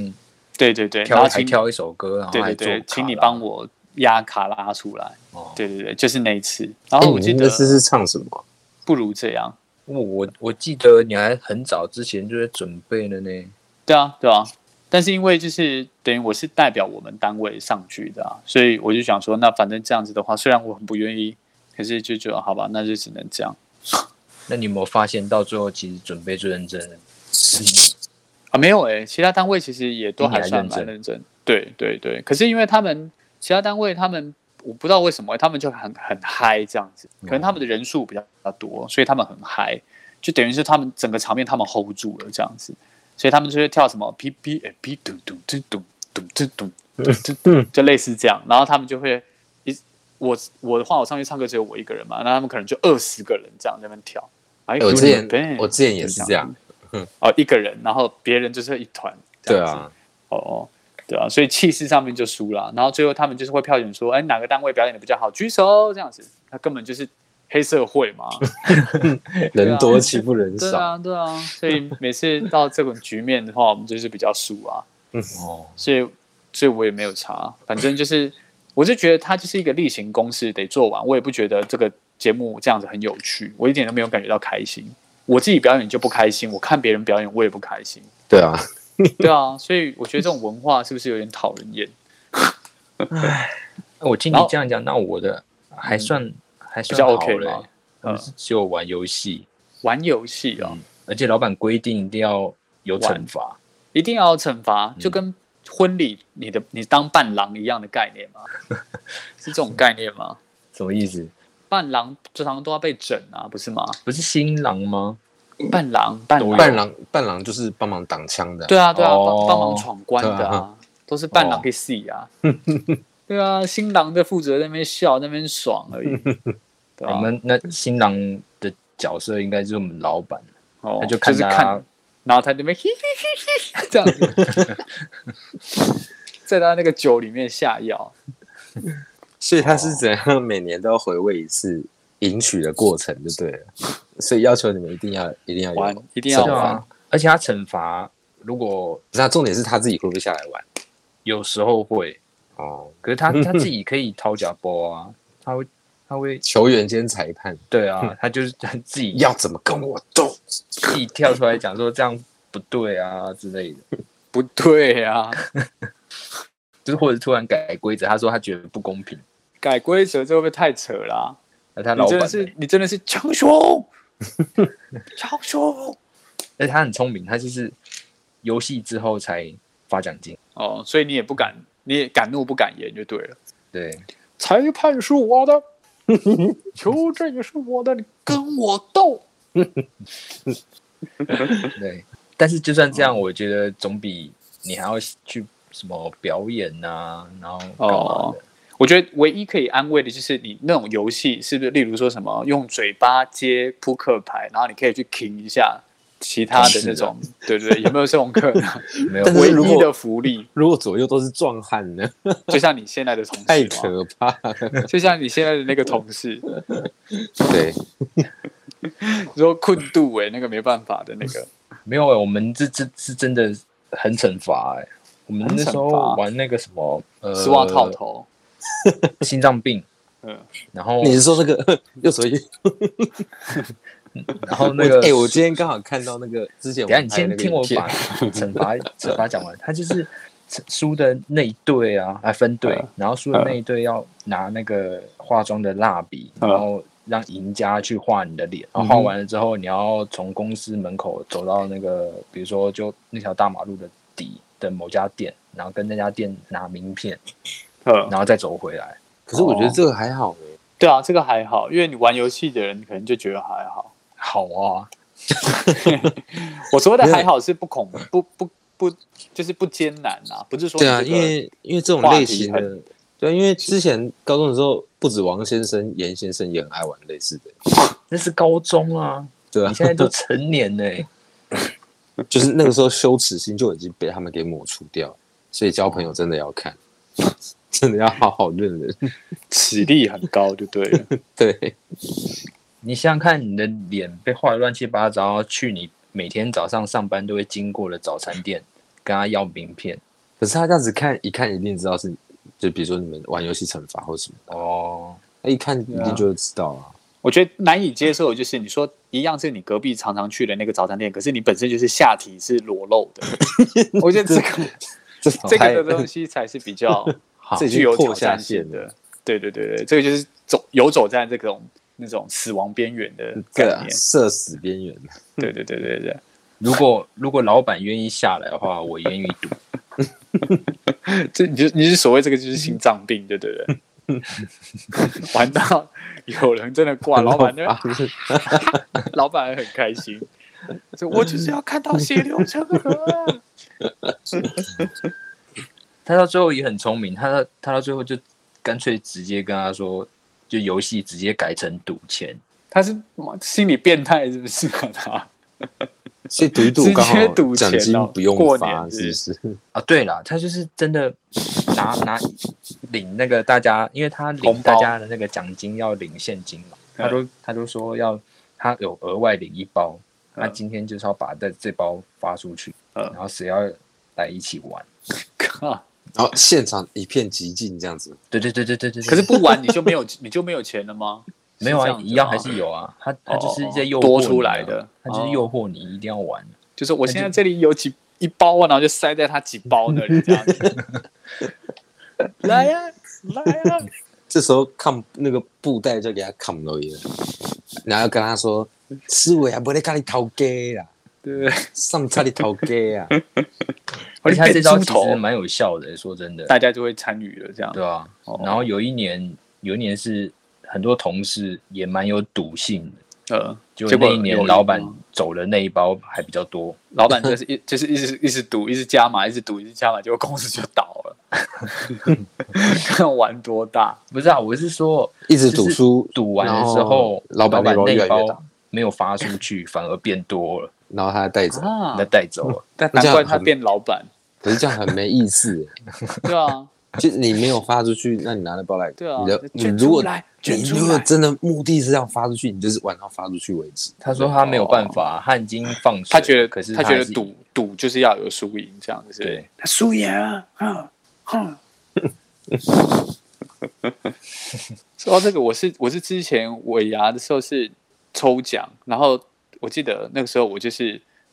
Speaker 4: 对对对，然
Speaker 3: 挑
Speaker 4: 后
Speaker 3: 还
Speaker 4: 请
Speaker 3: 挑一首歌，然后
Speaker 4: 对
Speaker 3: 还
Speaker 4: 对
Speaker 3: 做
Speaker 4: 对，请你
Speaker 3: 卡拉
Speaker 4: 帮。我压卡拉出来。
Speaker 3: 哦
Speaker 4: 对对对，就是那一次。
Speaker 2: 哎、
Speaker 4: 然哦后我
Speaker 2: 你
Speaker 4: 记
Speaker 2: 那
Speaker 4: 得
Speaker 2: 次是唱什么？
Speaker 4: 不如这样。
Speaker 3: 我我我记得你还很早之前就在准备了呢。
Speaker 4: 对啊，对啊。但是因为就是等于我是代表我们单位上去的啊，所以我就想说，那反正这样子的话，虽然我很不愿意，可是就觉得好吧，那就只能这样
Speaker 3: 那你有没有发现到最后其实准备最认真的？
Speaker 4: 啊。没有诶、其他单位其实也都
Speaker 3: 比你还
Speaker 4: 还算
Speaker 3: 认
Speaker 4: 蛮
Speaker 3: 真
Speaker 4: 认真。对对对，可是因为他们其他单位他们。我不知道为什么他们就很很嗨这样子，可能他们的人数比较比较多，所以他们很嗨，就等于是他们整个场面他们 hold 住了这样子，所以他们就会跳什么哎 P P A P 咚咚咚咚咚咚咚咚 咚，就类似这样，然后他们就会一我我的话我上去唱歌只有我一个人嘛，那他们可能就二十个人这样在那边跳。哎
Speaker 2: 哎我之前我之前也是这样，
Speaker 4: 哦，一个人，然后别人就是一团，这
Speaker 2: 对
Speaker 4: 样子
Speaker 2: 啊，
Speaker 4: 哦哦，对啊，所以气势上面就输了。然后最后他们就是会票选说，哎，哪个单位表演的比较好，举手这样子。他根本就是黑社会 嘛。
Speaker 2: 人多欺负人
Speaker 4: 对
Speaker 2: 少。
Speaker 4: 啊，对啊。所以每次到这种局面的话，我们就是比较 输啊。
Speaker 3: 哦，
Speaker 4: 所以，所以我也没有查，反正就是，我就觉得它就是一个例行公事得做完。我也不觉得这个节目这样子很有趣，我一点都没有感觉到开心。我自己表演就不开心，我看别人表演我也不开心。
Speaker 2: 对啊，
Speaker 4: 对啊，所以我觉得这种文化是不是有点讨人厌？
Speaker 3: 哎那我听你
Speaker 4: 然后嗯
Speaker 3: 这样讲，那我的还算、还算
Speaker 4: 比较
Speaker 3: 好
Speaker 4: OK 嗯
Speaker 3: 嘞
Speaker 4: 吗
Speaker 3: 我是只有玩游戏，
Speaker 4: 玩游戏啊，
Speaker 3: 嗯而且老板规定一定要有
Speaker 4: 玩
Speaker 3: 惩罚。
Speaker 4: 一定要有惩罚，
Speaker 3: 嗯
Speaker 4: 就跟婚礼你的你当伴郎一样的概念 吗？是这种概念吗？
Speaker 3: 什么意思？
Speaker 4: 伴郎通常都要被整啊，不是吗？
Speaker 3: 不是新郎吗？
Speaker 4: 伴郎，伴郎，
Speaker 2: 伴郎伴郎就是帮忙挡枪的。
Speaker 4: 对啊，对啊，帮、
Speaker 3: 哦
Speaker 4: 帮忙闯关的
Speaker 2: 对
Speaker 4: 啊
Speaker 2: 啊，
Speaker 4: 都是伴郎
Speaker 3: 哦
Speaker 4: 给戏啊。 对啊，新郎在负责在那边笑，在那边爽而 已。
Speaker 3: 我
Speaker 4: 对啊，
Speaker 3: 们那新郎的角色应该就是我们老板，
Speaker 4: 哦
Speaker 3: 他就看
Speaker 4: 是
Speaker 3: 大
Speaker 4: 看
Speaker 3: 家，
Speaker 4: 然后他 那边嘿嘿嘿嘿这样子，在他那个酒里面下药。
Speaker 2: 所以他
Speaker 3: 哦
Speaker 2: 是怎样每年都要回味一次迎娶的过程就对了，所以要求你们一定要一定要有
Speaker 4: 玩一定要
Speaker 2: 惩罚
Speaker 4: 玩。
Speaker 3: 啊，而且他惩罚如果
Speaker 2: 那重点是他自己会不会下来玩
Speaker 3: 有时候会，
Speaker 2: 哦？
Speaker 3: 可是 他他自己可以掏假包啊，他会他会
Speaker 2: 球员兼裁判
Speaker 3: 对啊，他就是 他自己
Speaker 2: 要怎么跟我斗？
Speaker 3: 自己跳出来讲说这样不对啊之类的，
Speaker 4: 不对啊，
Speaker 3: 就是或者突然改规则，他说他觉得不公平，
Speaker 4: 改规则这会不会太扯啦、
Speaker 3: 那他
Speaker 4: 你
Speaker 3: 老
Speaker 4: 真
Speaker 3: 板
Speaker 4: 的
Speaker 3: 呢，
Speaker 4: 是，你真的是强雄，强雄。
Speaker 3: 而且他很聪明，他就是游戏之后才发奖金，
Speaker 4: 哦，所以你也不敢，你也敢怒不敢言就对了。
Speaker 3: 对，
Speaker 4: 裁判是我的，球证也是我的，你跟我斗。
Speaker 3: 对，但是就算这
Speaker 4: 哦
Speaker 3: 样，我觉得总比你还要去什么表演呐、然后干
Speaker 4: 哦
Speaker 3: 嘛的，
Speaker 4: 我觉得唯一可以安慰的就是你那种游戏，是不是？例如说什么用嘴巴接扑克牌，然后你可以去 king 一下其他的 那种，对不对？有没有这种可能？
Speaker 3: 没有
Speaker 2: 啊但是
Speaker 4: 唯
Speaker 2: 如
Speaker 4: 一
Speaker 2: 果
Speaker 4: 的福利，
Speaker 2: 如果左右都是壮汉呢？
Speaker 4: 就像你现在的同事嘛
Speaker 2: 太可怕了。
Speaker 4: 就像你现在的那个同事，
Speaker 2: 对，
Speaker 4: 你说困度哎、那个没办法的那个，
Speaker 3: 没有哎、我们这这是真的很惩罚哎。我们那时候
Speaker 4: 很惩罚
Speaker 3: 玩那个什么呃
Speaker 4: 丝袜套头，
Speaker 3: 心脏病，
Speaker 4: 嗯，
Speaker 3: 然后
Speaker 2: 你是说那个右手一？
Speaker 3: 然后那个
Speaker 2: 哎，我今天刚好看到那个之前
Speaker 3: 等一下，你
Speaker 2: 我们拍的
Speaker 3: 先
Speaker 2: 那个
Speaker 3: 听我
Speaker 2: 影 片
Speaker 3: 把惩罚惩罚讲完。他就是输的那一队啊，啊分
Speaker 2: 嗯
Speaker 3: 队，然后输的那一队要拿那个化妆的蜡笔，
Speaker 4: 嗯
Speaker 3: 然后让赢家去画你的脸，
Speaker 2: 嗯
Speaker 3: 然后画完了之后，你要从公司门口走到那个，比如说就那条大马路的底的某家店，然后跟那家店拿名片，
Speaker 4: 嗯，
Speaker 3: 然后再走回来。
Speaker 2: 可是我
Speaker 3: 哦
Speaker 2: 觉得这个还好哎，
Speaker 4: 对啊，这个还好，因为你玩游戏的人可能就觉得还好。
Speaker 3: 好啊，
Speaker 4: 我说的
Speaker 2: 没有
Speaker 4: 还好是不恐不不不，就是不艰难啊，不是说
Speaker 2: 对啊，
Speaker 4: 你这
Speaker 2: 因
Speaker 4: 个
Speaker 2: 为因为这种
Speaker 4: 话
Speaker 2: 类
Speaker 4: 题
Speaker 2: 型
Speaker 4: 很
Speaker 2: 的，对啊，因为之前高中的时候，不止王先生、严先生也很爱玩类似的，
Speaker 3: 那是高中啊，
Speaker 2: 对啊
Speaker 3: 你，现在都成年欸呢、
Speaker 2: 就是那个时候羞耻心就已经被他们给抹除掉，所以交朋友真的要看， 真的要好好认人。
Speaker 4: 实力很高就对了。
Speaker 2: 对，
Speaker 3: 你想想看，你的脸被画的乱七八糟，去你每天早上上班都会经过的早餐店，跟他要名片
Speaker 2: 可是他这样子看一看，一定知道是，就比如说你们玩游戏惩罚或什么，
Speaker 3: 哦。
Speaker 2: 他一看一定就会知道 啊。
Speaker 4: 我觉得难以接受的就是你说一样是你隔壁常常去的那个早餐店，可是你本身就是下体是裸 露的。我觉得这个
Speaker 2: 这
Speaker 4: 这
Speaker 2: 太
Speaker 4: 个的东西才是比较
Speaker 2: 好这已
Speaker 4: 具
Speaker 2: 经
Speaker 4: 有挑
Speaker 2: 破下
Speaker 4: 战
Speaker 2: 线
Speaker 4: 性
Speaker 2: 了。
Speaker 4: 的。对对对对，这个就是走游走在这种那种死亡边缘的概
Speaker 2: 对啊，
Speaker 4: 念。
Speaker 2: 社死边 缘。
Speaker 4: 对对对对对，
Speaker 3: 如果如果老板愿意下来的话，我愿意赌。
Speaker 4: 这你就你是所谓这个就是心脏病，对对对。 玩到有人真的挂，老板那边
Speaker 2: 啊，
Speaker 4: 老板很开心， 说我就是要看到血流成河啊。
Speaker 3: 他到最后也很聪明，他到他到最后就干脆直接跟他说，就游戏直接改成赌钱。
Speaker 4: 他是心理变态是不是啊？ 他
Speaker 2: 所以赌一赌
Speaker 4: 直接
Speaker 2: 刚好
Speaker 4: 赌钱
Speaker 2: 奖
Speaker 4: 哦
Speaker 2: 金不用
Speaker 4: 过
Speaker 2: 发，
Speaker 4: 年
Speaker 2: 是不是？
Speaker 3: 啊，对了，他就是真的拿拿领那个大家，因为他领
Speaker 4: 红包
Speaker 3: 大家的那个奖金要领现金嘛，他都他都说要他有额外领一包，他
Speaker 4: 嗯
Speaker 3: 今天就是要把这这包发出去，
Speaker 4: 嗯
Speaker 3: 然后谁要来一起玩？
Speaker 4: 靠！
Speaker 2: 然后现场一片寂静这样子。
Speaker 3: 对对对对对对，
Speaker 4: 可是不玩你就没有 你就没有钱了吗？
Speaker 3: 没有
Speaker 4: 是
Speaker 3: 啊
Speaker 4: 这样，子吗哦
Speaker 3: 一样还是有啊，他他就是在诱惑
Speaker 4: 多
Speaker 3: 你啊
Speaker 4: 出来的哦
Speaker 3: 他就是诱惑你一定要玩。啊
Speaker 4: 就是我现在这里有几一包啊，然后就塞在他几包那里这样子。 来呀、来呀、
Speaker 2: 这时候看那个布袋就给他砍落去了，然后跟他说：“思维啊，不得跟你讨鸡啦，
Speaker 4: 对，
Speaker 2: 上差你讨鸡 啊。
Speaker 3: 而且他这招其实
Speaker 4: 变猪头
Speaker 3: 蛮有效的，说真的，
Speaker 4: 大家就会参与了这样。
Speaker 3: 对啊
Speaker 4: 哦。
Speaker 3: 然后有一年，有一年是很多同事也蛮有赌性的。
Speaker 4: 呃，
Speaker 3: 就
Speaker 4: 结果
Speaker 3: 那一年嗯
Speaker 4: 有
Speaker 3: 老板
Speaker 4: 吗
Speaker 3: 走的那一包还比较多，
Speaker 4: 老板就是一 就是一直一直赌，一直加码，一直赌，一直加码，结果公司就倒 了。 看玩多大，
Speaker 3: 不是啊，我是说”
Speaker 2: 一直赌输，
Speaker 3: 赌完的
Speaker 2: 然后
Speaker 3: 时候，
Speaker 2: 老板那
Speaker 3: 老
Speaker 2: 包
Speaker 3: 那
Speaker 2: 越来
Speaker 3: 一
Speaker 2: 越大
Speaker 3: 包，没有发出去，反而变多 了，
Speaker 2: 然后他带走。
Speaker 4: 啊
Speaker 3: 那带走了。
Speaker 4: 但
Speaker 2: 那这样
Speaker 4: 难怪他
Speaker 2: 很
Speaker 4: 变老板，
Speaker 2: 可是这样很没意思，
Speaker 4: 对啊，
Speaker 2: 就你没有发出去，那你拿那包来，
Speaker 4: 对啊
Speaker 2: 你的你
Speaker 4: 卷出
Speaker 2: 如果
Speaker 4: 来卷
Speaker 2: 你
Speaker 4: 出来
Speaker 2: 如果真的目的是要发出去，你就是晚上发出去为止。
Speaker 3: 他说他没有办法，他已经放水了，
Speaker 4: 他觉得
Speaker 3: 可是
Speaker 4: 他觉
Speaker 3: 还
Speaker 4: 得
Speaker 3: 是
Speaker 4: 赌赌就是要有输赢这样子，
Speaker 3: 对，
Speaker 1: 输赢啊，啊，
Speaker 4: 说到这个，我是我是之前尾牙的时候是抽奖，然后我记得那个时候我就是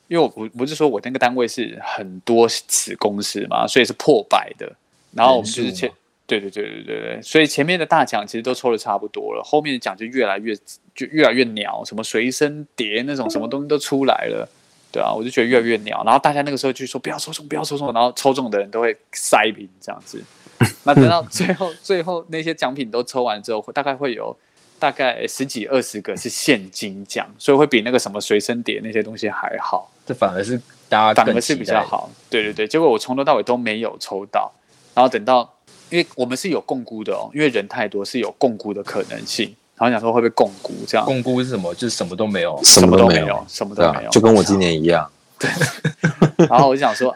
Speaker 4: 因为我不不是说我那个单位是很多子公司嘛，所以是破百的，然后我们就是
Speaker 2: 人数
Speaker 4: 前对对对对对对，所以前面的大奖其实都抽的差不多了，后面的奖就越来越就越来越鸟，什么随身碟那种什么东西都出来了。对啊，我就觉得越来越鸟，然后大家那个时候就说不要抽中，不要抽中，然后抽中的人都会塞屏这样子， 那等到最后，最后那些奖品都抽完之后，会大概会有大概十几二十个是现金奖，所以会比那个什么随身碟那些东西还好，
Speaker 3: 这反而是大家
Speaker 4: 反
Speaker 3: 更
Speaker 4: 而是
Speaker 3: 期
Speaker 4: 比
Speaker 3: 待
Speaker 4: 较好。对对对，结果我从头到尾都没有抽到，然后等到因为我们是有共估的哦，因为人太多是有共估的可能性，然后想说会不会共估这样，
Speaker 3: 共估是什么？就是什么都没有。
Speaker 2: 什
Speaker 4: 么
Speaker 2: 么
Speaker 4: 都
Speaker 2: 没
Speaker 4: 有，，什么
Speaker 2: 对
Speaker 4: 都
Speaker 2: 啊
Speaker 4: 没有，，
Speaker 2: 就跟我今年一样，
Speaker 4: 然后我就想说，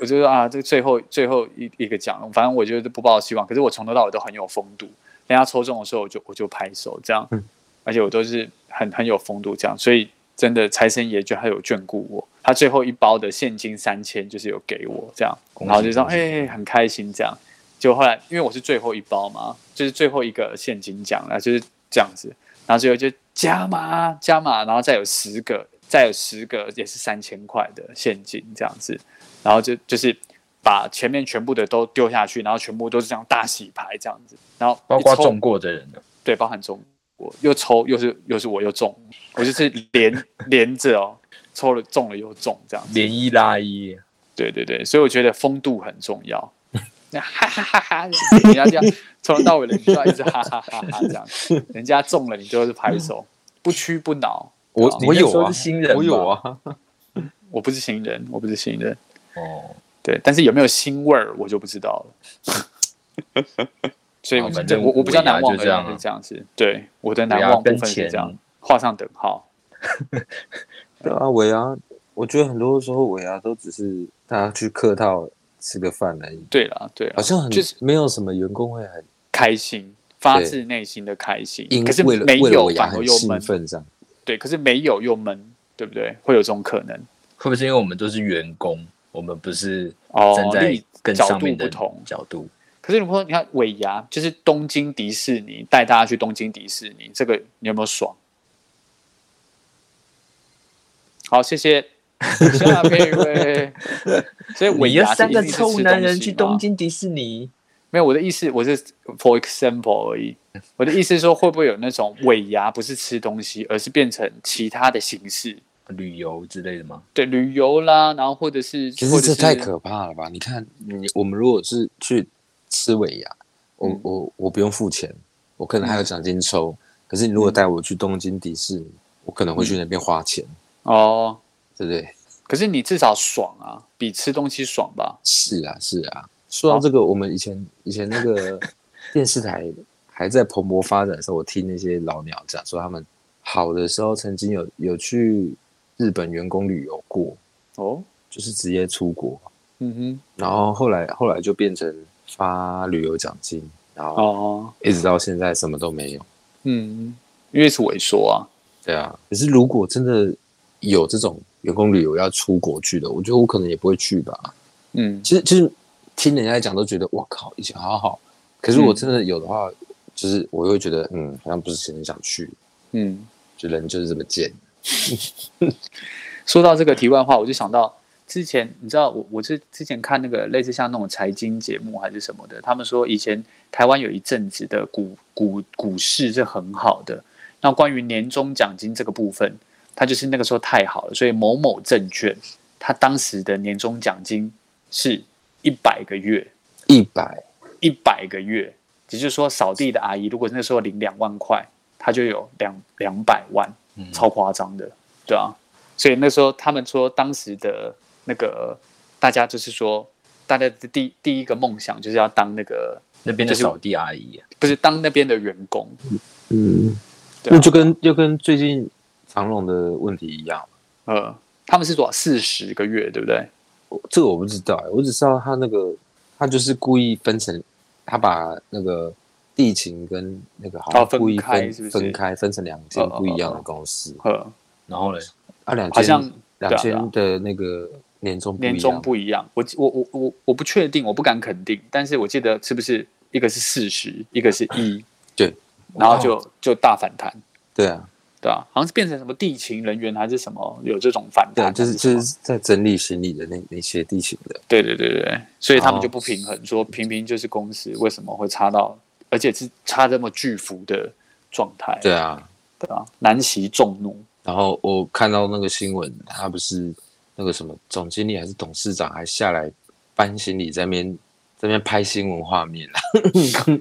Speaker 4: 我就说啊，这最后最后一一个奖，反正我
Speaker 3: 嗯
Speaker 4: 就是不抱希望。可是我从头到尾都很有风度，人家抽中的时候，我就我就拍手这样。而且我都是很很有风度这样，所以真的财神爷就他有眷顾我，他最后一包的现金三千就是有给我这样，
Speaker 3: 恭喜
Speaker 4: 然后就说
Speaker 3: 恭喜
Speaker 4: 哎、很开心这样，就后来因为我是最后一包嘛，就是最后一个现金奖了，就是这样子，然后最后就加码加码，然后再有十个，再有十个也是三千块的现金这样子，然后就就是。把前面全部的都丢下去，然后全部都是这样大洗牌这样子，然后
Speaker 3: 包括
Speaker 4: 一抽
Speaker 3: 中过的人呢，
Speaker 4: 对，包含中我又抽又是又是我又中，我就是连 连着哦，抽了中了又中这样子。
Speaker 3: 连一拉一，
Speaker 4: 对对对，所以我觉得风度很 重要。那哈哈哈哈，人家这样从头到尾的你就要一直哈哈哈哈这样，人家中了你就是拍手，不屈不挠。
Speaker 2: 我
Speaker 4: 啊
Speaker 2: 我有
Speaker 3: 你那时候
Speaker 2: 啊
Speaker 3: 是，新人吧
Speaker 2: 我有啊，
Speaker 4: 我不是新人，我不是新人，
Speaker 3: 哦，
Speaker 4: 对，但是有没有腥味儿我就不知道了。所以
Speaker 2: 哦
Speaker 3: 好
Speaker 4: 我
Speaker 3: 反正
Speaker 4: 我我比较
Speaker 3: 尾牙
Speaker 4: 难忘
Speaker 3: 就
Speaker 4: 的
Speaker 3: 这样
Speaker 4: 是
Speaker 3: 啊
Speaker 4: 这样子，对我
Speaker 3: 对
Speaker 4: 的难
Speaker 3: 啊，
Speaker 4: 忘部
Speaker 3: 跟
Speaker 4: 分是
Speaker 3: 钱
Speaker 4: 这样，画上等号。
Speaker 2: 对啊，尾牙，我觉得很多时候尾牙都只是大家去客套吃个饭而已，
Speaker 4: 对了对了，
Speaker 2: 好像很
Speaker 4: 就是
Speaker 2: 没有什么员工会很
Speaker 4: 开心，发自内心的开心。
Speaker 2: 因
Speaker 4: 可是
Speaker 2: 为了
Speaker 4: 没
Speaker 2: 为了
Speaker 4: 有
Speaker 2: 尾牙
Speaker 4: 反而
Speaker 2: 很
Speaker 4: 又
Speaker 2: 兴
Speaker 4: 闷，
Speaker 2: 奋这样。
Speaker 4: 对，可是没有又闷，对不对？会有这种可能
Speaker 3: 会不会是因为我们都是员工，我们不是
Speaker 4: 哦
Speaker 3: 站在
Speaker 4: 立
Speaker 3: 更
Speaker 4: 角
Speaker 3: 上
Speaker 4: 度
Speaker 3: 面
Speaker 4: 不
Speaker 3: 的
Speaker 4: 同。
Speaker 3: 角度？
Speaker 4: 可是如果你看尾牙，就是东京迪士尼带大家去东京迪士尼，这个你有没有爽？好，谢谢。下面一位，所以尾
Speaker 3: 你
Speaker 4: 牙
Speaker 3: 要
Speaker 4: 是
Speaker 3: 三个
Speaker 4: 一定是
Speaker 3: 臭
Speaker 4: 吃
Speaker 3: 男
Speaker 4: 东
Speaker 3: 人
Speaker 4: 西啊
Speaker 3: 去
Speaker 4: 吗
Speaker 3: 东京迪士尼，
Speaker 4: 没有，我的意思我是 for example 而已。我的意思是说，会不会有那种尾牙不是吃东西，而是变成其他的形式？
Speaker 3: 旅游之类的吗？
Speaker 4: 对，旅游啦，然后或者是，
Speaker 2: 其
Speaker 4: 或
Speaker 2: 实
Speaker 4: 者是
Speaker 2: 这太可怕了吧？你看，你我们如果是去吃尾牙，我、
Speaker 4: 嗯
Speaker 2: 我我不用付钱，我可能还有奖金抽。可是你如
Speaker 4: 嗯
Speaker 2: 果带我去东京迪士尼，我可能会去那边花钱，
Speaker 4: 哦。
Speaker 2: 对不对？
Speaker 4: 可是你至少爽啊，比吃东西爽吧？
Speaker 2: 是啊，是啊。说到这个，我们以前以前那 个电视台还在蓬勃发展的时候，我听那些老鸟讲说，他们好的时候曾经有有去日本员工旅游过，
Speaker 4: 哦，
Speaker 2: 就是直接出国，
Speaker 4: 嗯
Speaker 2: 然后后来后来就变成发旅游奖金，然后
Speaker 4: 哼，哦，
Speaker 2: 一直到现在什么都没有。
Speaker 4: 嗯，因为是萎缩啊，
Speaker 2: 对啊，可是如果真的有这种员工旅游要出国去的，我觉得我可能也不会去吧。
Speaker 4: 嗯，
Speaker 2: 其实其实听人家讲都觉得哇靠，以前好好，可是
Speaker 3: 嗯
Speaker 2: 我真的有的话，就是我会觉得嗯，好像不是很想去，
Speaker 4: 嗯，
Speaker 2: 就人就是这么贱。
Speaker 4: 说到这个题外话，我就想到之前，你知道我我是之前看那个类似像那种财经节目还是什么的，他们说以前台湾有一阵子的股股股市是很好的。那关于年终奖金这个部分，它就是那个时候太好了，所以某某证券它当时的年终奖金是一百个月，
Speaker 2: 一百
Speaker 4: 一百个月，也就是说扫地的阿姨如果那时候领两万块，她就有两两百万。
Speaker 3: 嗯，
Speaker 4: 超夸张的，对啊。所以那时候他们说，当时的那个大家就是说，大家的第第一个梦想就是要当那个，
Speaker 3: 那边的
Speaker 4: 就是
Speaker 3: 扫地阿姨啊，
Speaker 4: 不是当那边的员工，
Speaker 2: 嗯，
Speaker 4: 对、啊，
Speaker 2: 就跟就跟最近长隆的问题一样，
Speaker 4: 呃，他们是多少四十个月，对不对？
Speaker 2: 我这个我不知道、欸，我只知道他那个他就是故意分成，他把那个地勤跟那个好
Speaker 4: 哦
Speaker 2: 像
Speaker 4: 分
Speaker 2: 故意
Speaker 4: 开
Speaker 2: 分、
Speaker 4: 是不是
Speaker 2: 分开分成两间
Speaker 4: 哦哦哦
Speaker 2: 不一样的公司，
Speaker 4: 呃，
Speaker 3: 然后呢，
Speaker 2: 啊两
Speaker 4: 好像
Speaker 2: 间
Speaker 4: 对啊
Speaker 2: 两间的那个年终不一
Speaker 4: 年终
Speaker 2: 样，
Speaker 4: 不一样。我记我我我我不确定，我不敢肯定，但是我记得是不是一个是四十，一个是一，
Speaker 2: 对，
Speaker 4: 然后就就大反弹，
Speaker 2: 对啊
Speaker 4: 对啊，好像是变成什么地勤人员还是什么有这种反
Speaker 2: 对啊，
Speaker 4: 弹，
Speaker 2: 就是
Speaker 4: 还什
Speaker 2: 就
Speaker 4: 么
Speaker 2: 是在整理行李的那那些地勤的，
Speaker 4: 对对对对对，所以他们
Speaker 2: 哦
Speaker 4: 就不平衡，说平平就是公司为什么会差到，而且是差这么巨幅的状态，
Speaker 2: 对啊，
Speaker 4: 对啊，难袭众怒，
Speaker 2: 然后我看到那个新闻，他不是那个什么总经理还是董事长还下来搬行李在那边在那边拍新闻画面啊，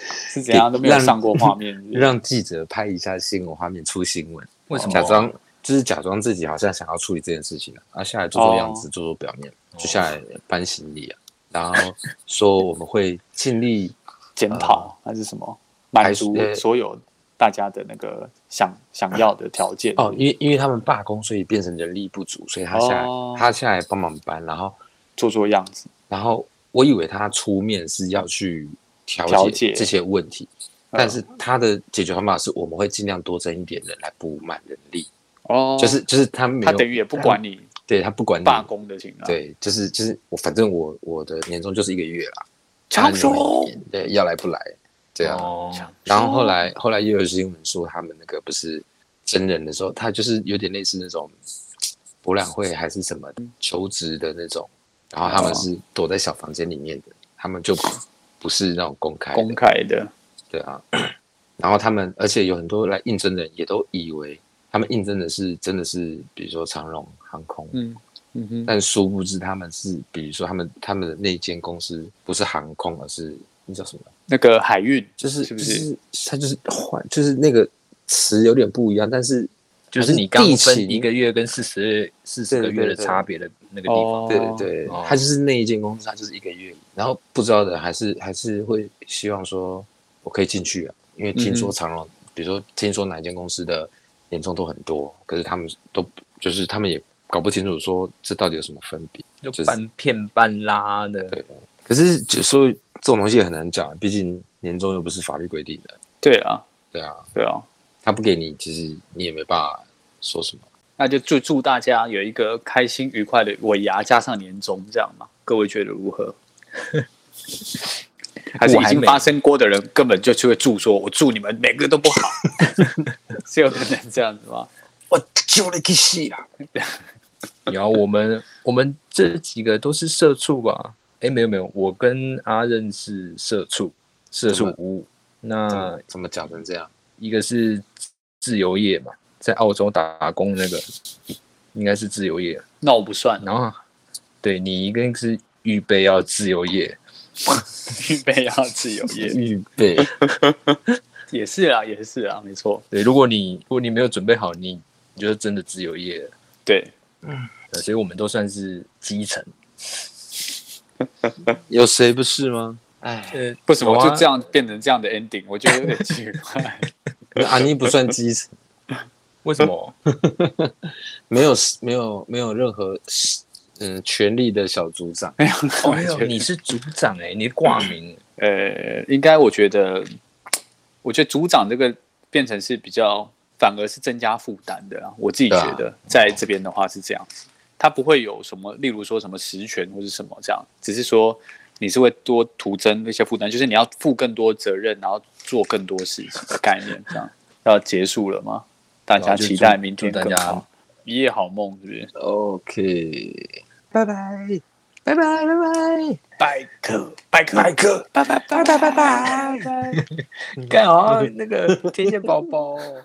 Speaker 4: 是怎样都没有
Speaker 2: 让
Speaker 4: 上过画面，是不是
Speaker 2: 让记者拍一下新闻画面出新闻。
Speaker 3: 为什么
Speaker 2: 假装就是假装自己好像想要处理这件事情啊，啊下来做做样子，
Speaker 3: 哦
Speaker 2: 做做表面，就下来搬行李啊，然后说我们会尽力，
Speaker 4: 检讨还是什么，满足
Speaker 2: 呃还是呃
Speaker 4: 所有大家的那个想想要的条件
Speaker 2: 哦，因为因为他们罢工，所以变成人力不足，所以他下来、
Speaker 4: 哦
Speaker 2: 他下来帮忙搬，然后
Speaker 4: 做做样子，
Speaker 2: 然后我以为他出面是要去调
Speaker 4: 调解嗯
Speaker 2: 解这些问题，但是他的解决方法是我们会尽量多增一点人来补满人力，
Speaker 4: 哦，
Speaker 2: 就是就是他没
Speaker 4: 他
Speaker 2: 有
Speaker 4: 等于也不管你
Speaker 2: 对他不管你
Speaker 4: 罢工的情况，，
Speaker 2: 对，就是就是我反正我我的年终就是一个月啦，
Speaker 4: 强
Speaker 2: 那你
Speaker 4: 说
Speaker 2: 们对要来不来，对啊，
Speaker 3: 哦，
Speaker 2: 然后后来后来也有新闻说他们那个不是真人的时候，他就是有点类似那种博览会还是什么
Speaker 4: 嗯
Speaker 2: 求职的那种，然后他
Speaker 4: 哦
Speaker 2: 们是躲在小房间里面的，他们就不不是那种公开的
Speaker 4: 公开的，
Speaker 2: 对啊，然后他们而且有很多来应征的人也都以为他们应征的是真的是比如说长荣航空，
Speaker 4: 嗯嗯哼，
Speaker 2: 但殊不知他们是比如说他们他们的那间公司不是航空，而是那叫什么？
Speaker 4: 那个海运
Speaker 2: 就是
Speaker 4: 是不
Speaker 2: 就是是它就是换，就是那个词有点不一样，但是
Speaker 3: 就是你
Speaker 2: 它
Speaker 3: 刚
Speaker 2: 地
Speaker 3: 分一
Speaker 2: 勤
Speaker 3: 个月跟四十四十个
Speaker 2: 对对
Speaker 3: 月的
Speaker 2: 对
Speaker 3: 差别的那个地方，
Speaker 4: 哦，
Speaker 2: 对对对，
Speaker 3: 哦
Speaker 2: 他就是那一间公司，他就是一个月，然后不知道的还是还是会希望说我可以进去啊，因为听说长荣，比如说听说哪一间公司的年终都很多，可是他们都就是他们也搞不清楚说这到底有什么分别。
Speaker 3: 就半骗半拉的
Speaker 2: 对，可是就所以这种东西也很难讲，毕竟年终又不是法律规定的，
Speaker 4: 对啊
Speaker 2: 对啊，
Speaker 4: 对啊，
Speaker 2: 他不给你，其实你也没办法说什么。
Speaker 4: 那就祝祝大家有一个开心愉快的尾牙，加上年终，这样嘛？各位觉得如何？ 还是已经发生过的人根本就就会祝说，我祝你们每个都不好， 是有可能这样子吗？
Speaker 2: 我救了个戏啊！
Speaker 3: 然后我们我们这几个都是社畜吧？哎，没有没有，我跟阿任是社畜，社畜五五。那
Speaker 2: 怎么讲成这样？
Speaker 3: 一个是自由业嘛，在澳洲打工那个，应该是自由业。
Speaker 4: 那我不算，
Speaker 3: 然后，对你一个是预备要自由业，
Speaker 4: 预备要自由业，
Speaker 2: 预备，
Speaker 4: 也是啊，也是啊，没错，
Speaker 3: 对，如果你如果你没有准备好，你你就是真的自由业了。
Speaker 4: 对，
Speaker 3: 呃所以我们都算是基层。
Speaker 2: 有谁不是吗？哎，
Speaker 3: 呃，
Speaker 4: 为什么
Speaker 3: 有啊
Speaker 4: 就这？样变成这样的 ending？我觉得有点奇 怪。
Speaker 2: 那阿妮不算基层，
Speaker 3: 为什么？
Speaker 2: 没有没有没有任何嗯权力的小组长。
Speaker 4: 没有，
Speaker 3: 哦，
Speaker 4: 我
Speaker 3: 没
Speaker 4: 觉
Speaker 3: 有，
Speaker 4: 得
Speaker 3: 你是组长哎、你的挂名。
Speaker 4: 呃，应该我觉得，我觉得组长这个变成是比较，反而是增加负担的啦。我自
Speaker 3: 啊
Speaker 4: 己觉得，在这边的话是这样子，他不会有什么，例如说什么实权或是什么这样，只是说你是会多徒增一些负担，就是你要负更多责任，然后做更多事情的概念，这样要结束了吗？大
Speaker 3: 然
Speaker 4: 家
Speaker 3: 啊后就
Speaker 4: 期
Speaker 3: 祝
Speaker 4: 待明天
Speaker 3: 祝大
Speaker 4: 更
Speaker 3: 家
Speaker 4: 好，一夜好梦，是不是？
Speaker 2: OK，拜拜，拜拜，拜拜，
Speaker 4: 拜克，拜克，拜克，拜拜，拜拜，拜拜。
Speaker 3: 干好像那个天线宝宝哦。